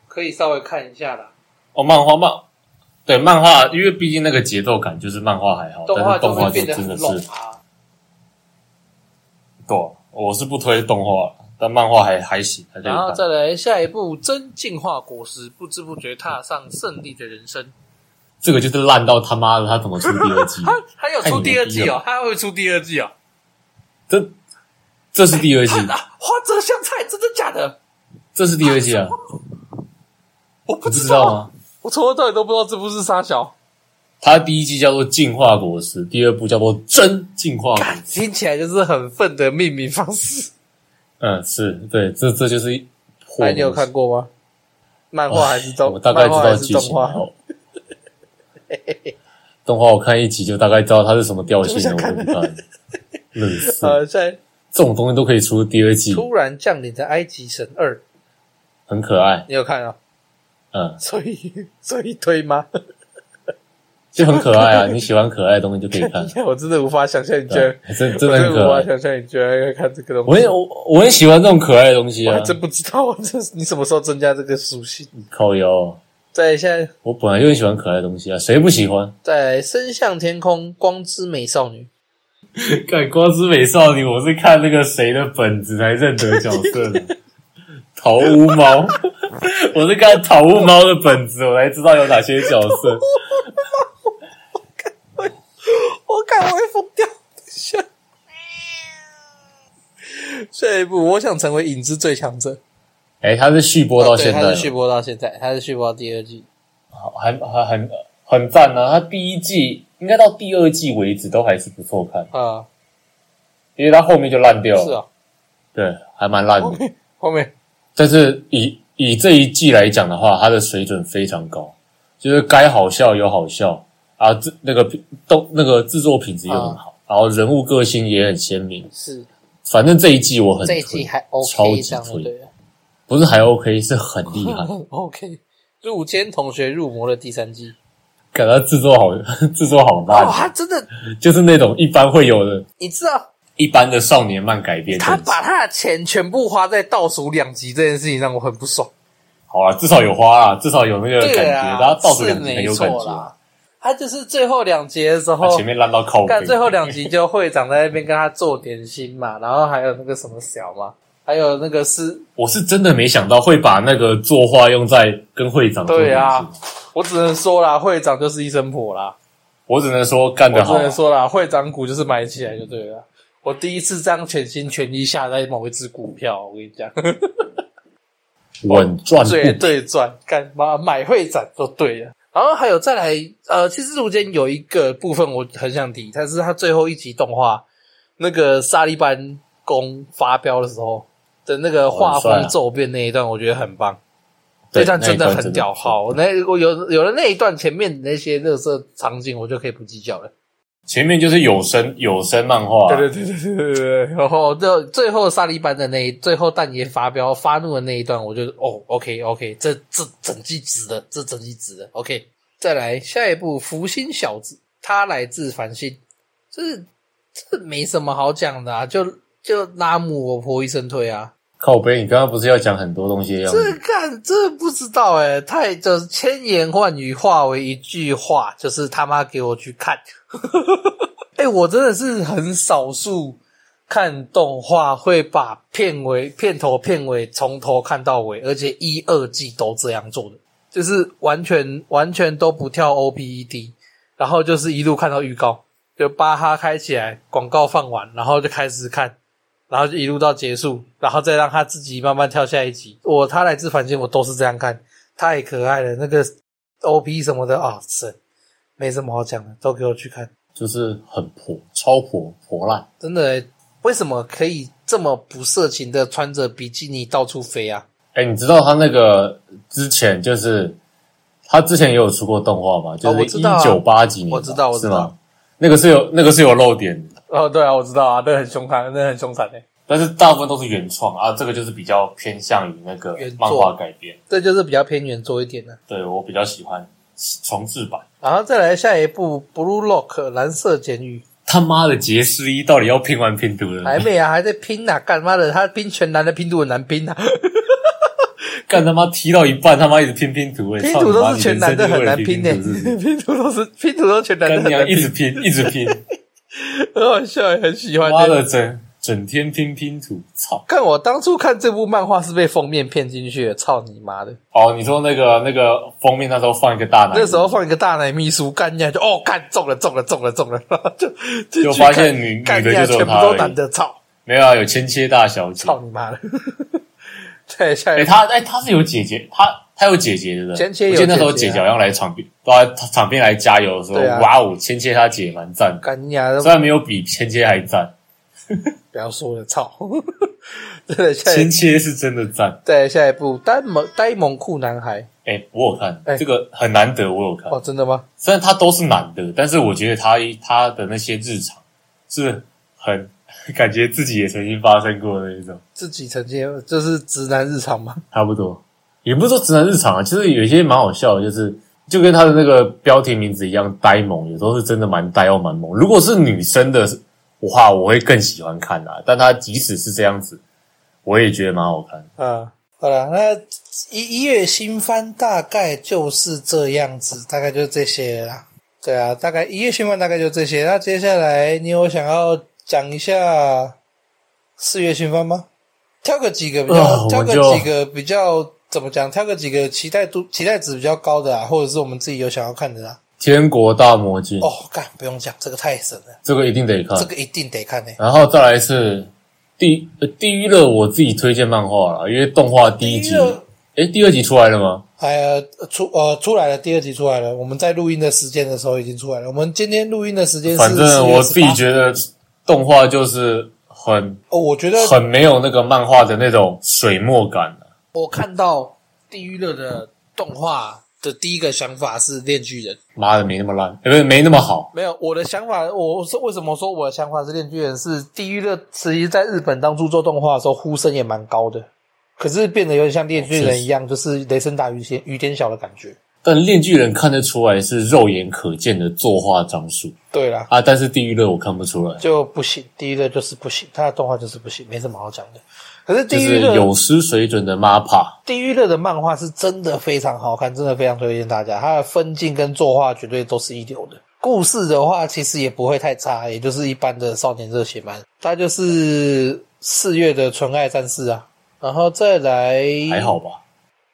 B: 可以稍微看一下啦。
A: 哦，漫画漫。对漫画，因为毕竟那个节奏感就是漫画还好，
B: 动
A: 但
B: 画
A: 是动
B: 会
A: 画就
B: 变得
A: 真的
B: 很
A: 是
B: 拢啊。
A: 对，我是不推动画，但漫画还还行，还可以
B: 然后
A: 看。
B: 再来下一步，真进化果实，不知不觉踏上胜利的人生。
A: 这个就是烂到他妈的，他怎么出第二季？
B: *laughs*
A: 哎
B: 他还有出第二季哦，
A: 太
B: 他还会出第二季哦。
A: 这这是第二季
B: 看，啊，花泽香菜，真的假的？
A: 这是第二季啊！
B: 我不
A: 你不知
B: 道
A: 道
B: 啊，
A: 吗？
B: 我从头到尾都不知道这部是沙小，
A: 他第一季叫做《进化果实》，第二部叫做《真进化果实》。
B: 听起来就是很愤的命名方式。
A: 嗯，是对，这这就是一破。
B: 哎，你有看过吗？漫
A: 哇
B: 画还是动？
A: 哦我大概知
B: 漫画
A: 道
B: 还是
A: 剧
B: 动
A: 情哦
B: 画
A: 了。。 *laughs* 动画我看一集就大概知道它是什么调性了，我就
B: *laughs*
A: 不看。冷死！
B: 呃，在
A: 这种东西都可以出第二季，
B: 突然降临的埃及神二，
A: 很可爱。
B: 你有看啊？ *laughs*
A: 嗯，
B: 所以所以推吗？ *laughs*
A: 就很可爱啊！你喜欢可爱的东西就可以
B: *laughs*
A: 看。
B: 我真的无法想象你居然
A: 对，，真
B: 我
A: 真的很
B: 真的无
A: 可
B: 法
A: 爱。
B: 想象你居然会看这个
A: 我
B: 东西
A: 很。我我很喜欢这种可爱的东西
B: 我还
A: 啊，
B: 真不知道， *laughs* 这是你什么时候增加这个属性？
A: 靠腰。
B: 在现在
A: 我本来就很喜欢可爱的东西啊，谁不喜欢？
B: 在升向天空，光之美少女，
A: 看《光之美少女》，我是看那个谁的本子才认得角色的。
B: *laughs*
A: 桃屋猫，我是看桃屋猫的本子，我才知道有哪些角色。
B: 我看我会疯掉。等一下，下一步，我想成为影之最强者。哦
A: 哎、他是续播到现在
B: 对
A: 了、
B: 他是续播到现在，他是续播到第二季。
A: 好还还很很赞呢、啊。他第一季应该到第二季为止都还是不错看，
B: 啊，
A: 因为他后面就烂掉了。
B: 是啊，
A: 对，还蛮烂的。
B: 后面
A: 但是以以这一季来讲的话，它的水准非常高，就是该好笑有好笑啊，制那个动那个制作品质又
B: 啊
A: 很好，然后人物个性也很鲜明。
B: 是
A: 反正这一季我很
B: 这
A: 推
B: 一季还
A: 超
B: OK
A: 级
B: 这样就
A: 推，
B: 对了。
A: 不是还 OK，是很厉害。
B: *laughs* OK，入间同学入魔的第三季，
A: 感到制作好，制作好
B: 哇、
A: 烂，
B: 他真的，
A: 就是那种一般会有的，
B: 你知道，
A: 一般的少年漫改编的。
B: 他把他的钱全部花在倒数两集这件事情让我很不爽。
A: 好啊，至少有花啊，至少有那个感
B: 对
A: 觉，
B: 啊，
A: 然后倒数
B: 是
A: 两集很
B: 没
A: 有
B: 错
A: 感觉啊。
B: 啦。他就是最后两集的时
A: 他
B: 候
A: 前，面烂到靠
B: 看
A: 背，
B: 最后两集就会长在那边跟他做点心嘛，然后还有那个什么小嘛，还有那个是，
A: 我是真的没想到会把那个作画用在跟会长做
B: 对啊
A: 联系，
B: 我只能说啦，会长就是医生婆啦，
A: 我只能说干
B: 我
A: 得
B: 只
A: 好啊。
B: 能说啦，会长股就是买起来就对了。我第一次这样全心全意下在某一只股票，我跟你
A: *laughs*
B: 讲，
A: 啊稳赚不
B: 最对赚，干嘛买会展就对了。然后还有再来，呃，其实中间有一个部分我很想提，但是他最后一集动画那个沙利班宫发飙的时候的那个画
A: 哦很帅
B: 风
A: 啊
B: 骤变那一段，我觉得很棒。
A: 对
B: 段
A: 那一
B: 真
A: 段
B: 很屌，好，那我有有了那一段前面的那些热色场景，我就可以不计较了。
A: 前面就是有声有声漫画啊，
B: 对对对对对对。然后最最后沙利班的那一最后蛋爷发飙发怒的那一段，我就哦，OK OK，这这整季值的，这整季值的，OK。再来下一部《福星小子》，他来自繁星，这这没什么好讲的啊，就就拉姆我婆一生推啊。
A: 靠背。你刚刚不是要讲很多东西的样
B: 这
A: 子？
B: 干这不知道哎、太就是千言万语化为一句话，就是他妈给我去看。 *laughs* 哎、我真的是很少数看动画会把片尾、片头、片尾从头看到尾，而且一二季都这样做的，就是完全完全都不跳 OPED，然后就是一路看到预告，就巴哈开起来，广告放完，然后就开始看。然后就一路到结束，然后再让他自己慢慢跳下一集。我他来自凡间，我都是这样看，太可爱了。那个 OP 什么的啊，神，没什么好讲的，都给我去看。
A: 就是很婆，超婆婆烂。
B: 真的欸、为什么可以这么不色情的穿着比基尼到处飞啊？
A: 哎、你知道他那个之前就是他之前也有出过动画嘛？就
B: 哦
A: 是
B: 我
A: 一
B: 知道啊
A: 九八几年吧、
B: 我知道我知道
A: 是吗？那个是有那个是有漏点的，
B: 哦，对啊，我知道啊，那很凶残，那很凶残欸诶、
A: 但是大部分都是原创啊，这个就是比较偏向于那个
B: 原作
A: 漫画改编。
B: 这就是比较偏远做一点的。
A: 对我比较喜欢重制版。
B: 然后再来下一部《Blue Lock》蓝色监狱，
A: 他妈的杰斯一到底要拼完拼读了
B: 还
A: 没？
B: 没啊，还在拼呐、干妈的，他拼全男的拼图很难拼啊，
A: 干他妈踢到一半，他妈一直拼拼图、欸，
B: *laughs* 拼
A: 操
B: 图
A: 你妈
B: 都是全男的，很难拼
A: 的、
B: 欸的、
A: 你人生就是为了拼拼图是不是
B: 拼图都是拼图都全男的，
A: 干啊
B: 很
A: 娘
B: 难
A: 一直
B: 拼， *laughs*
A: 拼一直拼，
B: 很好笑，很喜欢。
A: 妈的整整天拼拼图，操！
B: 看我当初看这部漫画是被封面骗进去的，操你妈的！
A: 哦，你说那个那个封面那时候放一个大奶，
B: 那时候放一个大奶秘书干下就哦，干中了，中了，中了，中了， *laughs* 然后就进去
A: 就发现
B: 看
A: 女
B: 干
A: 女的
B: 下
A: 就只有
B: 全部
A: 她
B: 都
A: 而已
B: 男的，操
A: 没有啊，有千切大小姐。
B: 操你妈的！ *laughs* 再下
A: 哎、
B: 一个
A: 他哎、他是有姐姐，他他有姐姐的人。
B: 千切有
A: 我记得那时候
B: 姐
A: 姐
B: 姐啊
A: 姐好像来场边，到场边来加油的时候，
B: 对啊
A: 哇哦，千切他姐蛮赞的，
B: 干下
A: 虽然没有比千切还赞，
B: 不要说了，操！ *laughs* 再来下一
A: 千切是真的赞。
B: 再来下一部呆萌呆萌酷男孩
A: 哎、我有看、
B: 哎
A: 这个很难得，我有看。
B: 哦，真的吗？
A: 虽然他都是男的，但是我觉得他他的那些日常是很 *laughs* 感觉自己也曾经发生过的那一种，
B: 自己曾经就是直男日常嘛，
A: 差不多。也不是说直男日常啊，其实有一些蛮好笑的，就是就跟他的那个标题名字一样，呆萌，有时候是真的蛮呆又蛮萌。如果是女生的话，我会更喜欢看啊。但他即使是这样子，我也觉得蛮好看。
B: 啊，好了，那一一月新番大概就是这样子，大概就这些了啦。对啊，大概一月新番大概就这些。那接下来你有想要讲一下四月新番吗？挑个几个比较，
A: 啊我
B: 挑个
A: 就
B: 几个比较怎么讲？挑个几个期待度、期待值比较高的啊，或者是我们自己有想要看的啦。
A: 天国大魔镜，
B: 哦，干不用讲，这个太神了，
A: 这个一定得看。
B: 这个一定得看诶、
A: 然后再来是地呃地狱乐，我自己推荐漫画啦，因为动画第一集
B: 地狱乐，
A: 诶，第二集出来了吗？
B: 哎呀，出呃出来了，第二集出来了。我们在录音的时间的时候已经出来了。我们今天录音的时间是
A: 反正
B: 4月
A: 我自己
B: 18
A: 觉得动画就是很
B: 哦，我觉得
A: 很没有那个漫画的那种水墨感啊
B: 我看到《地狱乐》的动画的第一个想法是《恋巨人》，
A: 妈的，没那么烂，呃不是没那么好。
B: 没有我的想法，我是为什么说我的想法是《恋巨人》是《地狱乐》，其实在日本当初做动画的时候呼声也蛮高的，可是变得有点像《恋巨
A: 确
B: 人
A: 实》
B: 一样，就是雷声大雨点雨点小的感觉。
A: 但《链锯人》看得出来是肉眼可见的作画张数
B: 对啦，
A: 啊，但是《地狱乐》我看不出来，
B: 就不行，《地狱乐》就是不行，它的动画就是不行，没什么好讲的。可是《
A: 就
B: 地狱
A: 是
B: 乐》
A: 有失水准的 MAPA。
B: 地狱乐的漫画是真的非常好看，真的非常推荐大家。它的分镜跟作画绝对都是一流的。故事的话，其实也不会太差，也就是一般的少年热血漫。它就是四月的纯爱战士啊，然后再来
A: 还，好吧？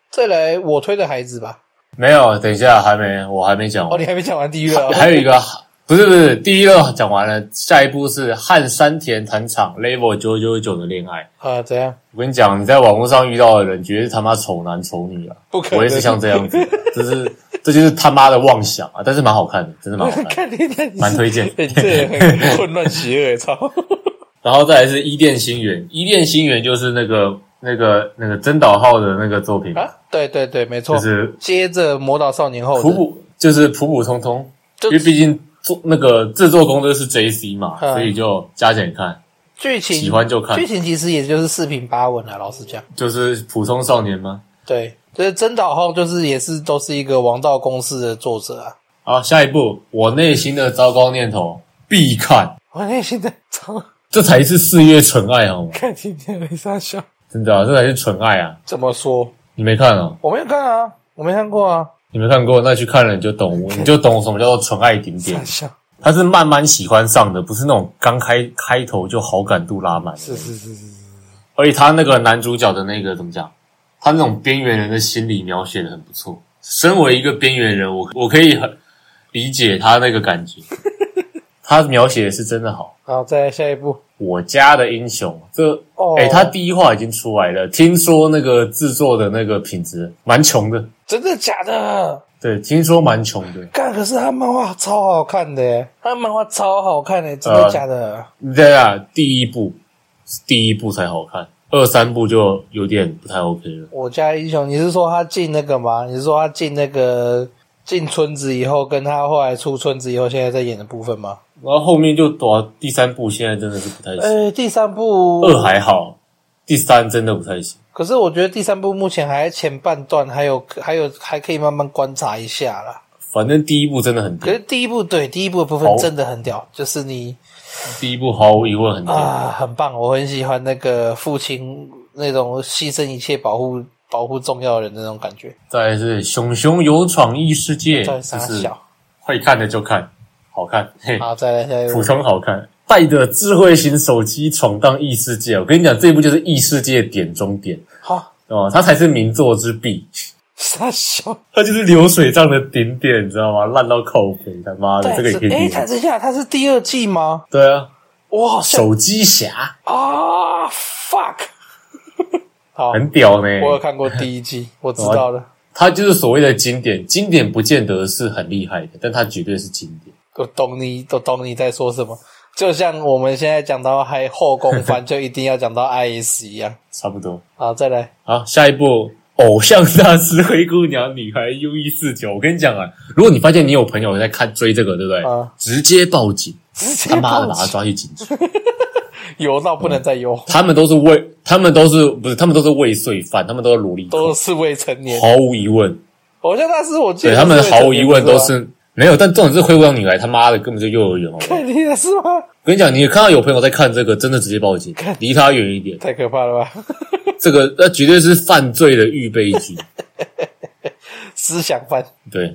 B: 再来我推的孩子吧。
A: 没有，等一下还没，我还没讲完
B: 哦，。你还没讲完地狱乐、啊？
A: 还有一个不是不是，第一个讲完了，下一步是汉山田谈场 level 九九九的恋爱。
B: 啊，怎 *laughs* 样？
A: 我跟你讲，你在网络上遇到的人，绝对是他妈丑男丑女啊！
B: 不可能
A: 我也是像这样
B: *laughs*
A: 子，这是这就是他妈的妄想啊！但是蛮好看的，真的蛮好看的。
B: 看你看你是
A: 蛮推荐
B: 哎这也很混乱邪恶，操！
A: 然后再来是伊甸星园，伊甸星园就是那个那个那个真岛浩的那个作品，
B: *laughs* 啊，对对对，没错。
A: 就是
B: 接着《魔导少年后的》
A: 普普就是普普通通，
B: 就
A: 因为毕竟做那个制作工作是 JC 嘛，
B: 嗯
A: 所以就加减看。
B: 剧情
A: 喜欢就看
B: 剧情其实也就是四平八稳啊，老实讲，
A: 就是普通少年吗？
B: 对，就是真岛浩就是也是都是一个王道公式的作者啊。
A: 好，下一步，我内心的糟糕念头必看，
B: 我内心在操，
A: 这才是四月纯爱好吗？
B: 看今天没傻笑。
A: 真的啊，这才是纯爱啊！
B: 怎么说？
A: 你没看哦，
B: 我没有看啊，我没看过啊。
A: 你没看过，那去看了你就懂，你就懂什么叫做纯爱顶点
B: 傻。笑，
A: 它是慢慢喜欢上的，不是那种刚开开头就好感度拉满。
B: 是是是是是，
A: 而且他那个男主角的那个怎么讲，他那种边缘人的心理描写的很不错。身为一个边缘人，我我可以很理解他那个感觉，他描写的是真的好。
B: 好，再来下一步。
A: 我家的英雄，这
B: 哦
A: 哎、他第一话已经出来了。听说那个制作的那个品质蛮穷的，
B: 真的假的？
A: 对，听说蛮穷的。
B: 干，可是他漫画超好看的耶，他漫画超好看的，真的
A: 呃
B: 假的？
A: 你在啊，第一部第一部才好看，二三部就有点不太 OK 了。
B: 我家英雄，你是说他进那个吗？你是说他进那个进村子以后，跟他后来出村子以后，现在在演的部分吗？
A: 然后后面就到第三部，现在真的是不太行。
B: 呃，第三部
A: 二还好，第三真的不太行。
B: 可是我觉得第三部目前还在前半段，还有还有还可以慢慢观察一下啦。
A: 反正第一部真的很
B: 可
A: 屌，
B: 是第一部对第一部的部分
A: 好
B: 真的很
A: 嗯
B: 屌，就是你
A: 第一部毫无疑问很屌。
B: 啊，很棒，我很喜欢那个父亲那种牺牲一切保护保护重要人的那种感觉。
A: 再来是《熊熊有闯异世界》，
B: 再
A: 就
B: 傻
A: 是
B: 小，
A: 会看的就看，好看，嘿，
B: 好，再来下一
A: 普
B: 部。
A: 通好看。带着智慧型手机闯荡异世界，我跟你讲，这一部就是异世界点中点
B: 好，
A: 哦，它才是名作之必，
B: 傻小。
A: *laughs* 它就是流水账的顶点，你知道吗？烂到靠北，他妈的，这
B: 对，
A: 个也可以
B: 哎，
A: 理
B: 他
A: 解。
B: 这下他是第二季吗？
A: 对啊，
B: 哇，像
A: 手机侠
B: 啊，fuck！好，
A: 很啊屌呢，
B: 我有看过第一季，我知道了，
A: 它就是所谓的经典，经典不见得是很厉害的，但它绝对是经典。
B: 我懂你，都懂你在说什么。就像我们现在讲到还后宫番，就一定要讲到 IS 一样。
A: 差不多。
B: 好，再来，
A: 好，下一步《偶像大师灰姑娘女孩 U 一四九》，我跟你讲啊，如果你发现你有朋友在看追这个，对不对？
B: 啊
A: 直接报警，
B: 直接
A: *laughs* 他妈的
B: 报
A: 把他
B: 警
A: 抓去警局。
B: 游到不能再游，
A: *laughs* 他们都是未，他们都是不是？他们都是未遂犯，他们都是萝莉控，
B: 都是未成
A: *laughs*
B: 年。
A: 毫无疑问，
B: 偶像大师，我记
A: 对
B: 得
A: 他们
B: 是未成
A: 毫
B: 年
A: 无疑问都
B: 吧。
A: 是没有。但重点是灰姑娘女孩他妈的根本就幼儿园好不好？
B: 看你的是吗？
A: 我跟你讲，你看到有朋友在看这个，真的直接报警，离他远一点。
B: 太可怕了吧！ *laughs*
A: 这个那绝对是犯罪的预备局。
B: 思想犯
A: 对，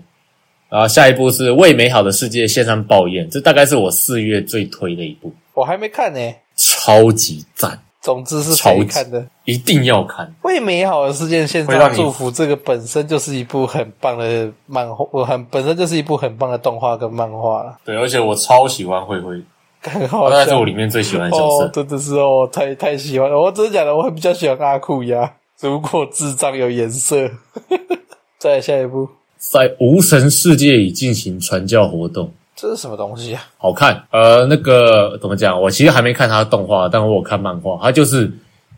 A: 然后下一部是《为美好的世界献上抱怨》，这大概是我四月最推的一部，
B: 我还没看呢、
A: 超级赞，
B: 总之是
A: 超
B: 可以
A: 级
B: 看的。
A: 一定要看。
B: 为美好的事件献
A: 会让
B: 上
A: 你
B: 祝福，这个本身就是一部很棒的漫画，我很本身就是一部很棒的动画跟漫画了，
A: 对，而且我超喜欢慧慧，
B: 很好
A: 大哦概是
B: 笑
A: 我。里面最喜欢的角色。
B: 哦，真的是哦，太太喜欢了。我真的假的，我很比较喜欢阿库亚。如果智障有颜色， *laughs* 再来下一步，
A: 在无神世界已进行传教活动，
B: 这是什么东西啊？
A: 好看。呃，那个怎么讲？我其实还没看他的动画，但我有看漫画。他就是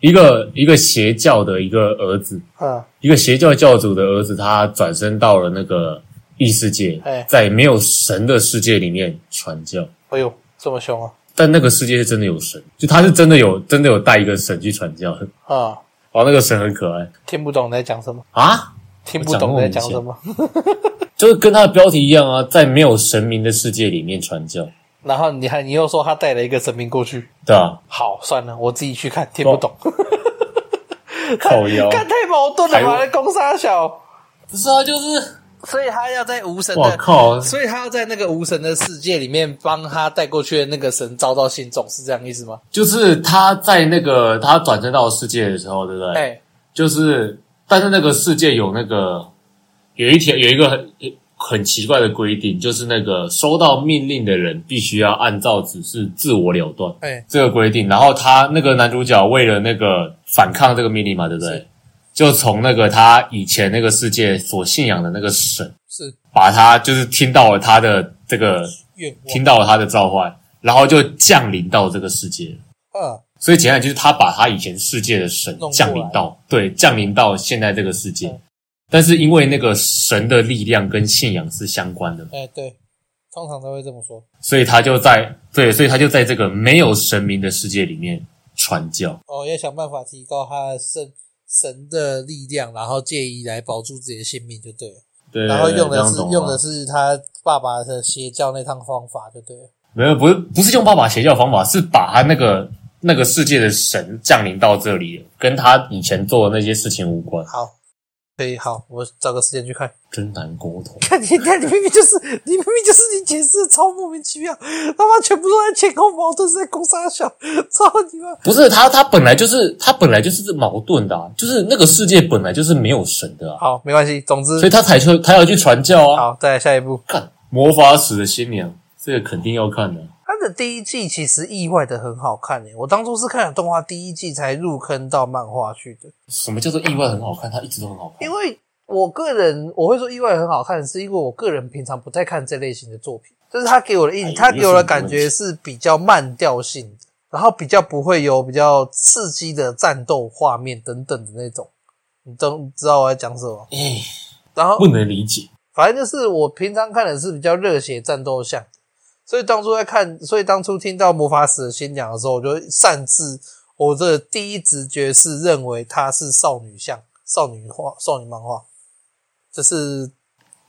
A: 一个一个邪教的一个儿子，
B: 啊，
A: 一个邪教教主的儿子，他转身到了那个异世界
B: 哎，
A: 在没有神的世界里面传教。
B: 哎呦，这么凶啊！
A: 但那个世界是真的有神，就他是真的有真的有带一个神去传教的。 *laughs*
B: 啊，
A: 哦，那个神很可爱
B: 听不懂你在讲什么，
A: 啊，
B: 听不懂你在讲什么。
A: 就是跟他的标题一样啊，在没有神明的世界里面传教，
B: 然后你还你又说他带了一个神明过去，
A: 对啊，
B: 好，算了，我自己去看，听不懂。
A: *laughs* 靠腰
B: 看太矛盾了
A: 台
B: 吧？
A: 湾
B: 那攻杀小，
A: 不是啊，就是
B: 所以他要在无神
A: 我
B: 的，
A: 靠，
B: 所以他要在那个无神的世界里面帮他带过去的那个神遭到信众，是这样意思吗？
A: 就是他在那个他转身到世界的时候，对不对？
B: 哎、
A: 就是但是那个世界有那个有一条有一个很很奇怪的规定，就是那个收到命令的人必须要按照指示自我了断。
B: 哎、
A: 这个规定。然后他那个男主角为了那个反抗这个命令嘛，对不
B: 是
A: 对？就从那个他以前那个世界所信仰的那个神，
B: 是
A: 把他就是听到了他的这个
B: 愿
A: 听到了他的召唤，然后就降临到这个世界。
B: 望。嗯，
A: 所以简单来就是他把他以前世界的神
B: 弄过来
A: 降临到，对，降临到现在这个世界。
B: 嗯
A: 但是因为那个神的力量跟信仰是相关的嘛，
B: 哎、对，通常都会这么说。
A: 所以他就在对，所以他就在这个没有神明的世界里面传教。
B: 哦，要想办法提高他的神神的力量，然后借以来保住自己的性命，就对了。
A: 对，
B: 然后用
A: 这
B: 的
A: 样
B: 是
A: 懂吗
B: 用的是他爸爸的邪教那套方法，就对了。
A: 没有，不是不是用爸爸邪教方法，是把他那个那个世界的神降临到这里，跟他以前做的那些事情无关，
B: 好，可以，好，我找个时间去看。
A: 真难沟通。
B: 看你，看你明明就是，你明明就是你解释的超莫名其妙，他妈全部都在前后矛盾，是在攻杀小，操你妈！
A: 不是他，他本来就是他本来就是矛盾的、啊，就是那个世界本来就是没有神的啊，
B: 好，没关系，总
A: 所以
B: 之，
A: 他才去他要去传教啊。
B: 好，再来下一步。
A: 看魔法使的新娘，这个肯定要看的。
B: 它的第一季其实意外的很好看欸诶、我当初是看了动画第一季才入坑到漫画去的，
A: 什么叫做意外很好看？它一直都很好看
B: 因。为我个人我会说意外很好看，是因为我个人平常不太看这类型的作品，就是它给我的
A: 哎
B: 印，它给我的感
A: 又是
B: 觉
A: 你
B: 是比较慢调性的。然后比较不会有比较刺激的战斗画面等等的那种，你懂你知道我在讲什么？
A: 哎，
B: 然后
A: 不能理解。
B: 反正就是我平常看的是比较热血战斗向，所以当初在看，所以当初听到魔法使的新娘的时候，我就擅自我的第一直觉是认为它是少女向、少女画、少女漫画，就是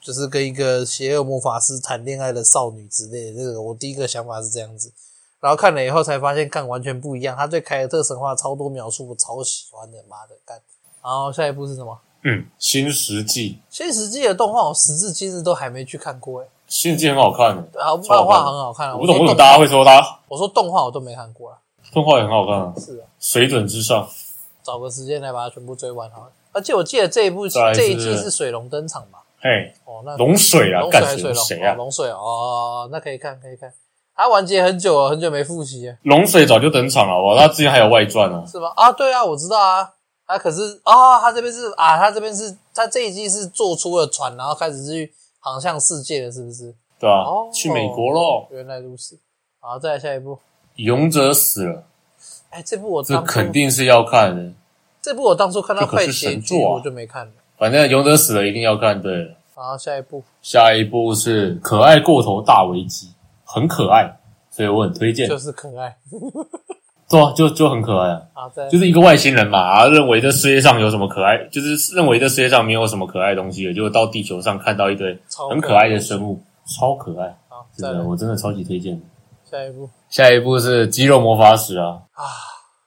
B: 就是跟一个邪恶魔法师谈恋爱的少女之类的。这个我第一个想法是这样子，然后看了以后才发现，看完全不一样。他对凯尔特神话超多描述，我超喜欢的，妈的干！然后下一步是什么？
A: 嗯，新石纪，
B: 新世纪的动画，我时至今日都还没去看过哎、欸。
A: 新石纪很好看的，
B: 对啊，
A: 超好
B: 漫
A: 看
B: 画很好看啊，
A: 我不懂为什
B: 说
A: 么
B: 动
A: 大家会说它
B: 我说动画我都没看过啊。
A: 动画也很好看啊，
B: 是啊，
A: 水准之上。
B: 找个时间来把它全部追完好了。而且我记得这一部
A: 再来是
B: 这一季是水龙登场嘛？
A: 嘿，
B: 哦，那
A: 龙水啊，
B: 龙水
A: 干
B: 还是
A: 谁
B: 水龙？
A: 谁
B: 哦
A: 啊？
B: 龙水哦，那可以看可以看。它完结很久啊了，很久没复习了，
A: 龙水早就登场了，好不好？他之前还有外传啊，
B: 是吧？啊，对啊，我知道啊。啊，可是啊，他这边是啊，他这边是他这一季是做出了船，然后开始去航向世界了，是不是？
A: 对吧、
B: 哦
A: 去美国咯，
B: 原来如此。好，再来下一部。
A: 勇者死了，
B: 哎，这部我
A: 这
B: 当初
A: 肯定是要看的。
B: 这部我当初看到
A: 这可
B: 快
A: 是
B: 结
A: 神
B: 局，
A: 作啊
B: 我就没看了。
A: 反正勇者死了一定要看，对了。
B: 然后下一部
A: 下一部是《可爱过头大危机》，很可爱，所以我很推荐。
B: 就是可爱
A: 对啊，就就很可爱啊，
B: 啊，再来
A: 就是一个外星人嘛，啊认为这世界上有什么可爱，就是认为这世界上没有什么可爱的东西了，结果到地球上看到一堆
B: 超
A: 很可爱的生物，超可爱，
B: 好，
A: 真
B: 再
A: 的，
B: 来
A: 我真的超级推荐。
B: 下一部
A: 下一部是《肌肉魔法使》啊，
B: 啊，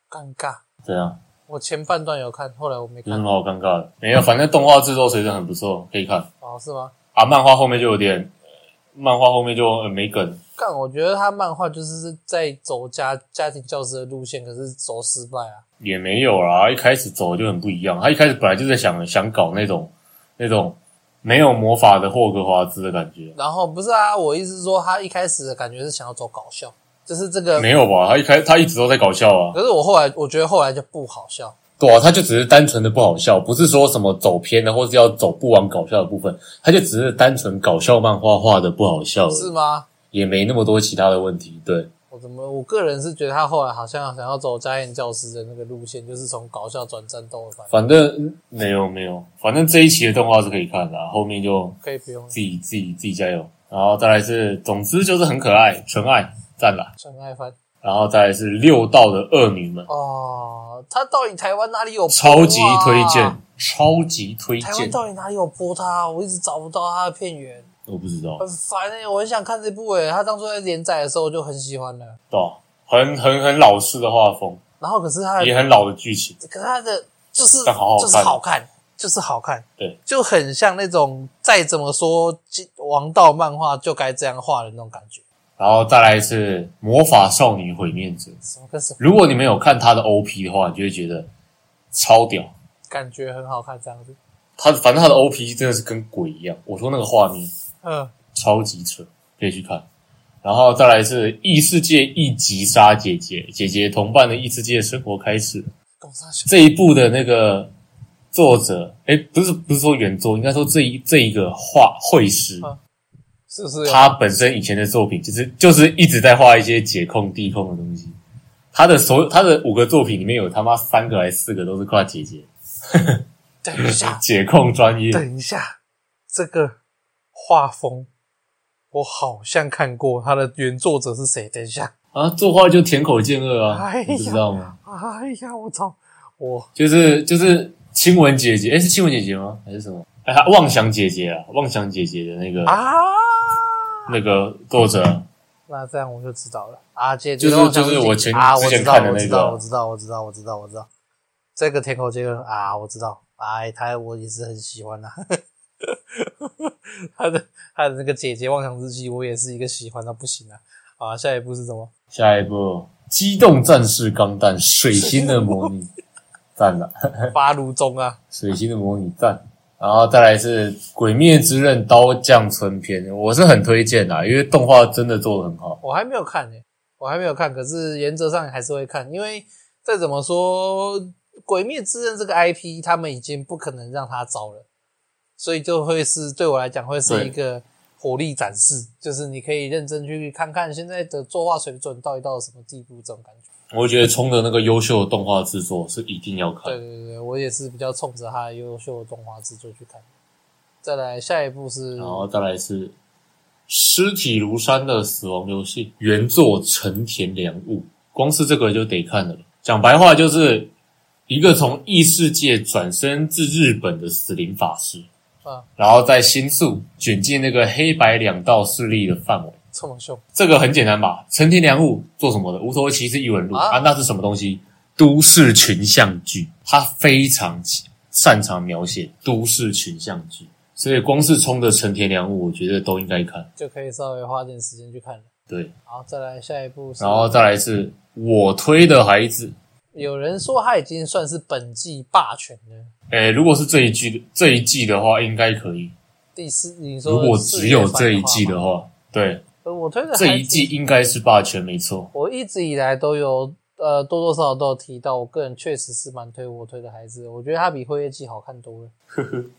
B: 尴尬。
A: 对啊，
B: 我前半段有看，后来我没
A: 有什
B: 看
A: 么好尴尬的？没有，反正动画制作水准很不错，可以看
B: 哦，是吗？
A: 啊。漫画后面就有点，呃漫画后面就呃没梗，
B: 干，我觉得他漫画就是在走家家庭教师的路线，可是走失败啊。
A: 也没有啦，一开始走就很不一样。他一开始本来就在想想搞那种那种没有魔法的霍格华兹的感觉，
B: 然后不是啊，我意思是说他一开始的感觉是想要走搞笑，就是这个。
A: 没有吧？他一开他一直都在搞笑啊，
B: 可是我后来我觉得后来就不好笑，
A: 对啊，他就只是单纯的不好笑，不是说什么走偏了，或是要走不往搞笑的部分，他就只是单纯搞笑漫画画的不好笑而
B: 是
A: 已，
B: 吗？
A: 也没那么多其他的问题。对，
B: 我怎么我个人是觉得他后来好像想要走家庭教师的那个路线，就是从搞笑转战斗的反正
A: 反正嗯没有没有，反正这一期的动画是可以看的啊、后面就
B: 可以不用
A: 自己自己自己加油。然后再来是，总之就是很可爱，纯爱赞啦。
B: 纯爱番
A: 然后再来是六道的恶女们，
B: 哦，他到底台湾哪里有、啊
A: 超级推荐。，超级推
B: 台
A: 荐
B: 湾。到底哪里有播他啊？我一直找不到他的片源，
A: 我不知道，
B: 很烦哎、我很想看这部哎、他当初在连载的时候我就很喜欢了，
A: 对啊，很很很老式的画风，
B: 然后可是他的，
A: 也很老的剧情，
B: 可是他的就是
A: 但好好看哦
B: 就是好看，就是好看，
A: 对，
B: 就很像那种再怎么说王道漫画就该这样画的那种感觉，
A: 然后再来是魔法少女毁灭者。
B: 什么跟什么
A: 如果你们有看他的 OP 的话，你就会觉得超屌。
B: 感觉很好看这样子，
A: 他反正他的 OP 真的是跟鬼一样，我说那个画面
B: 嗯，
A: 超级扯，可以去看。然后再来是异世界一级杀姐姐，姐姐同伴的异世界生活开始。
B: 董尚雄
A: 这一部的那个作者，哎，不是不是说原作，应该说这一这一个画绘师，
B: 啊是不是有
A: 他本身以前的作品就是就是一直在画一些解控地控的东西。他的所有他的五个作品里面有他妈三个还是四个都是挂姐姐
B: 等一下，
A: 解控专业，
B: 等一下，这个画风我好像看过，它的原作者是谁？等一下，
A: 啊，作画就田口健二啊，
B: 哎呀
A: 你不知道吗？
B: 哎呀，我操，我
A: 就是就是亲吻姐姐，哎、是亲吻姐姐吗？还是什么？哎、她妄想姐姐啊，妄想姐姐的那个、
B: 啊，
A: 那个作者，啊
B: 那这样我就知道了。啊，姐，
A: 就是
B: 这个想起
A: 就是我前
B: 啊，我
A: 之
B: 知
A: 前
B: 道，
A: 看的
B: 我
A: 那
B: 知
A: 个
B: 道，我知道，我知道，我知道，我知道，这个天口这个啊，我知道，哎，他我也是很喜欢的、啊。 *laughs* 他的他的那个姐姐妄想日记，我也是一个喜欢到不行啊！啊，下一步是
A: *laughs*
B: 什么？
A: 下一部《机动战士钢弹：水星的模拟》，赞了，
B: 八路中啊，
A: 水星的模拟赞。然后再来是《鬼灭之刃》刀匠村篇，我是很推荐啦，因为动画真的做的很好。
B: 我还没有看呢、欸我还没有看，可是原则上还是会看，因为再怎么说，《鬼灭之刃》这个 IP 他们已经不可能让它招了，所以就会是对我来讲会是
A: 对
B: 一个火力展示，就是你可以认真去看看现在的作画水准到底到了什么地步，这种感觉。
A: 我觉得冲着那个优秀的动画制作是一定要看
B: 对。对对，我也是比较冲着他的优秀的动画制作去看。再来下一部是
A: 然后再来是《尸体如山的死亡游戏》，原作成田良悟，光是这个就得看了。讲白话就是一个从异世界转身至日本的死灵法师，
B: 啊，
A: 然后在新宿卷进那个黑白两道势力的范围。
B: 这么凶
A: 这个很简单吧？成田良悟做什么的？无头骑士异闻录
B: 啊
A: 啊，那是什么东西？都市群像剧，他非常擅长描写都市群像剧，所以光是冲着成田良悟，我觉得都应该看。
B: 就可以稍微花点时间去看了。
A: 对，
B: 好，再来下一部是，
A: 然后再来是我推的孩子。
B: 有人说他已经算是本季霸权了。
A: 诶，如果是这一季的这一季的话，应该可以。
B: 第四，你说
A: 如果只有这一季
B: 的
A: 的话，对，
B: 呃，我推的
A: 这
B: 孩
A: 一
B: 子
A: 季应该是霸权，没错。
B: 我一直以来都有呃多多少少都有提到，我个人确实是蛮推我推的孩子的，我觉得他比《辉夜姬》好看多了。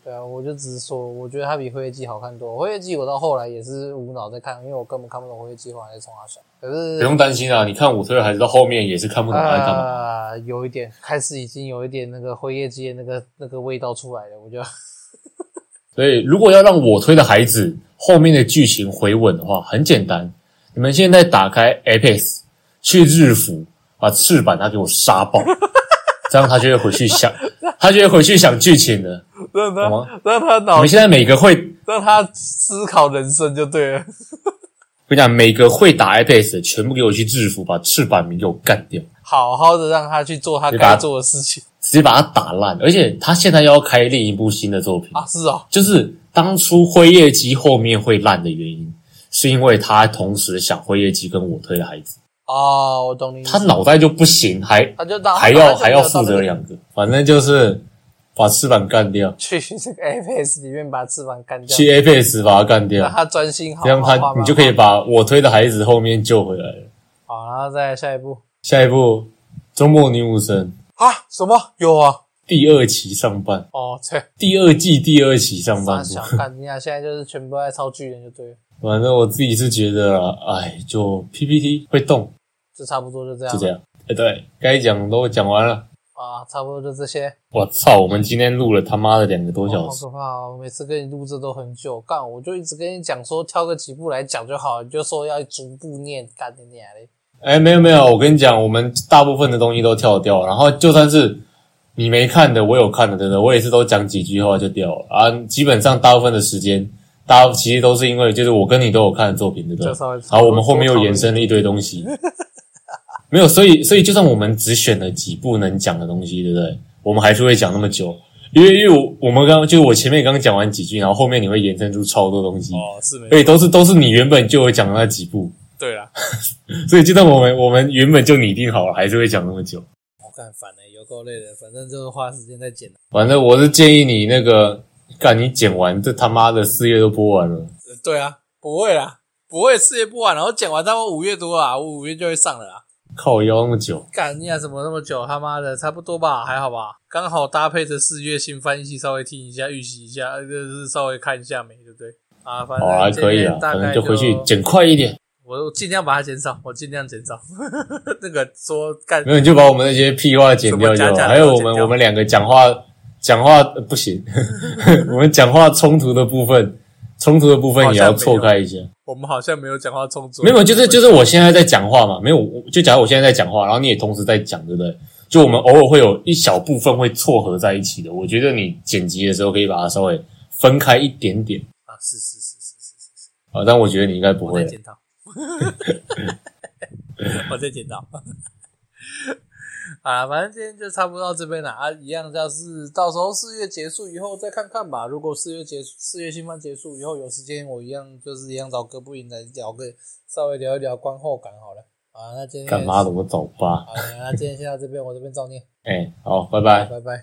B: 对啊，我就只是说，我觉得他比《辉夜姬》好看多了。《辉夜姬》我到后来也是无脑在看，因为我根本看不懂《辉夜姬》，后来在冲他笑。可
A: 不
B: 是
A: 用担心啊，你看我推的孩子到后面也是看不懂他在干嘛。
B: 啊、有一点开始已经有一点那个《辉夜姬》的那个那个味道出来了，我就
A: 所以，如果要让我推的孩子后面的剧情回稳的话，很简单，你们现在打开 Apex 去日服，把翅膀他给我杀爆，这样他就会回去想，他就会回去想剧情了，
B: 让 *laughs*
A: 懂吗？
B: 让他
A: 我
B: 脑
A: 们现在每个会
B: 让他思考人生就对了。
A: 我跟你讲，每个会打 Apex 的全部给我去制服，把赤坂明给我干掉，
B: 好好的让他去做他
A: 你把
B: 该
A: 他
B: 做的事情
A: 直接把他打烂。而且他现在又要开另一部新的作品，
B: 啊！是哦，
A: 就是当初辉夜姬后面会烂的原因，是因为他同时想辉夜姬跟我推的孩子，
B: 哦，我懂你意思。
A: 他脑袋就不行，还
B: 他就当
A: 还要
B: 啊他就
A: 还要负责
B: 没有到那个
A: 两个，反正就是把赤坂干掉，
B: 去这个 FS 里面把翅膀干掉，
A: 去 Apex 把他干掉
B: 让，他专心好
A: 这样
B: 好画
A: 他
B: 漫
A: 你就可以把我推的孩子后面救回来了。
B: 画好，然后再来下一步
A: 下一步周末女武神
B: 啊？什么有啊？
A: 第二期上半。
B: 哦，切，
A: 第二季第二期上
B: 傻
A: 半
B: 小
A: 部，
B: 干你俩现在就是全部在抄巨人就对了，
A: 反正我自己是觉得啦，哎，就 PPT 会动，
B: 就差不多就这样
A: 就这样。哎、对，该讲都讲完了。
B: 啊，差不多就这些。
A: 我操，我们今天录了他妈的两个多
B: 哦
A: 小
B: 好
A: 时，
B: 可怕哦！每次跟你录这都很久，干我就一直跟你讲说挑个几部来讲就好，你就说要逐步念，干你俩嘞！
A: 哎、没有没有，我跟你讲，我们大部分的东西都跳掉，然后就算是你没看的，我有看的，对不对？我也是都讲几句话就掉了啊。基本上大部分的时间，大家其实都是因为就是我跟你都有看的作品，对不对
B: *laughs* 就稍啊微？
A: 然后我们后面又延伸了一堆东
B: *laughs*
A: 西，没有，所以所以就算我们只选了几部能讲的东西，对不对？我们还是会讲那么久，因为因为我我们刚刚就是我前面刚刚讲完几句，然后后面你会延伸出超多东西，
B: 哦，是没
A: 所以都是都是你原本就有讲的那几部，
B: 对啦，
A: 所以就算我们我们原本就拟定好了，还是会讲那么久。
B: 我干烦了，有够累的，反正就是花时间在剪了，
A: 反正我是建议你那个，干你剪完，这他妈的四月都播完了，
B: 呃对啊，不会啦，不会事业不完，然后剪完他们五月多啊，我五月就会上了啦。
A: 靠腰那么久，
B: 干你俩怎么那么久？他妈的，差不多吧，还好吧，刚好搭配着四月新番一起稍微听一下，预习一下，呃就是稍微看一下没，对不对？啊，反
A: 好啊，
B: 正今
A: 可以啊
B: 天，大
A: 反正
B: 概
A: 就回去剪快一点，
B: 我尽量把它减少，我尽量减少。 *laughs* 那个说干
A: 没有你就把我们那些屁话剪掉就好。
B: 什么假假的
A: 还有我
B: 都剪
A: 们
B: 掉
A: 我们两个讲话讲话、呃不行， *laughs* 我们讲话冲突的部分，冲突的部分也要错开一下。
B: 我们好像没有讲话充足，
A: 没有，就是就是我现在在讲话嘛，没有，我就假如我现在在讲话，然后你也同时在讲，对不对？就我们偶尔会有一小部分会错合在一起的，我觉得你剪辑的时候可以把它稍微分开一点点
B: 啊，是是是是是是是，
A: 啊，但我觉得你应该不
B: 我在
A: 会。
B: 检讨，我在检讨。啊，反正今天就差不多到这边了啊，一样要是到时候四月结束以后再看看吧。如果四月结束，四月新番结束以后有时间，我一样就是一样找哥布林来聊个稍微聊一聊观后感好了。啊，那今天
A: 干嘛的？我走吧。
B: 啊，那今天先到这边，我这边照念，
A: 哎、好，拜拜。
B: 拜拜。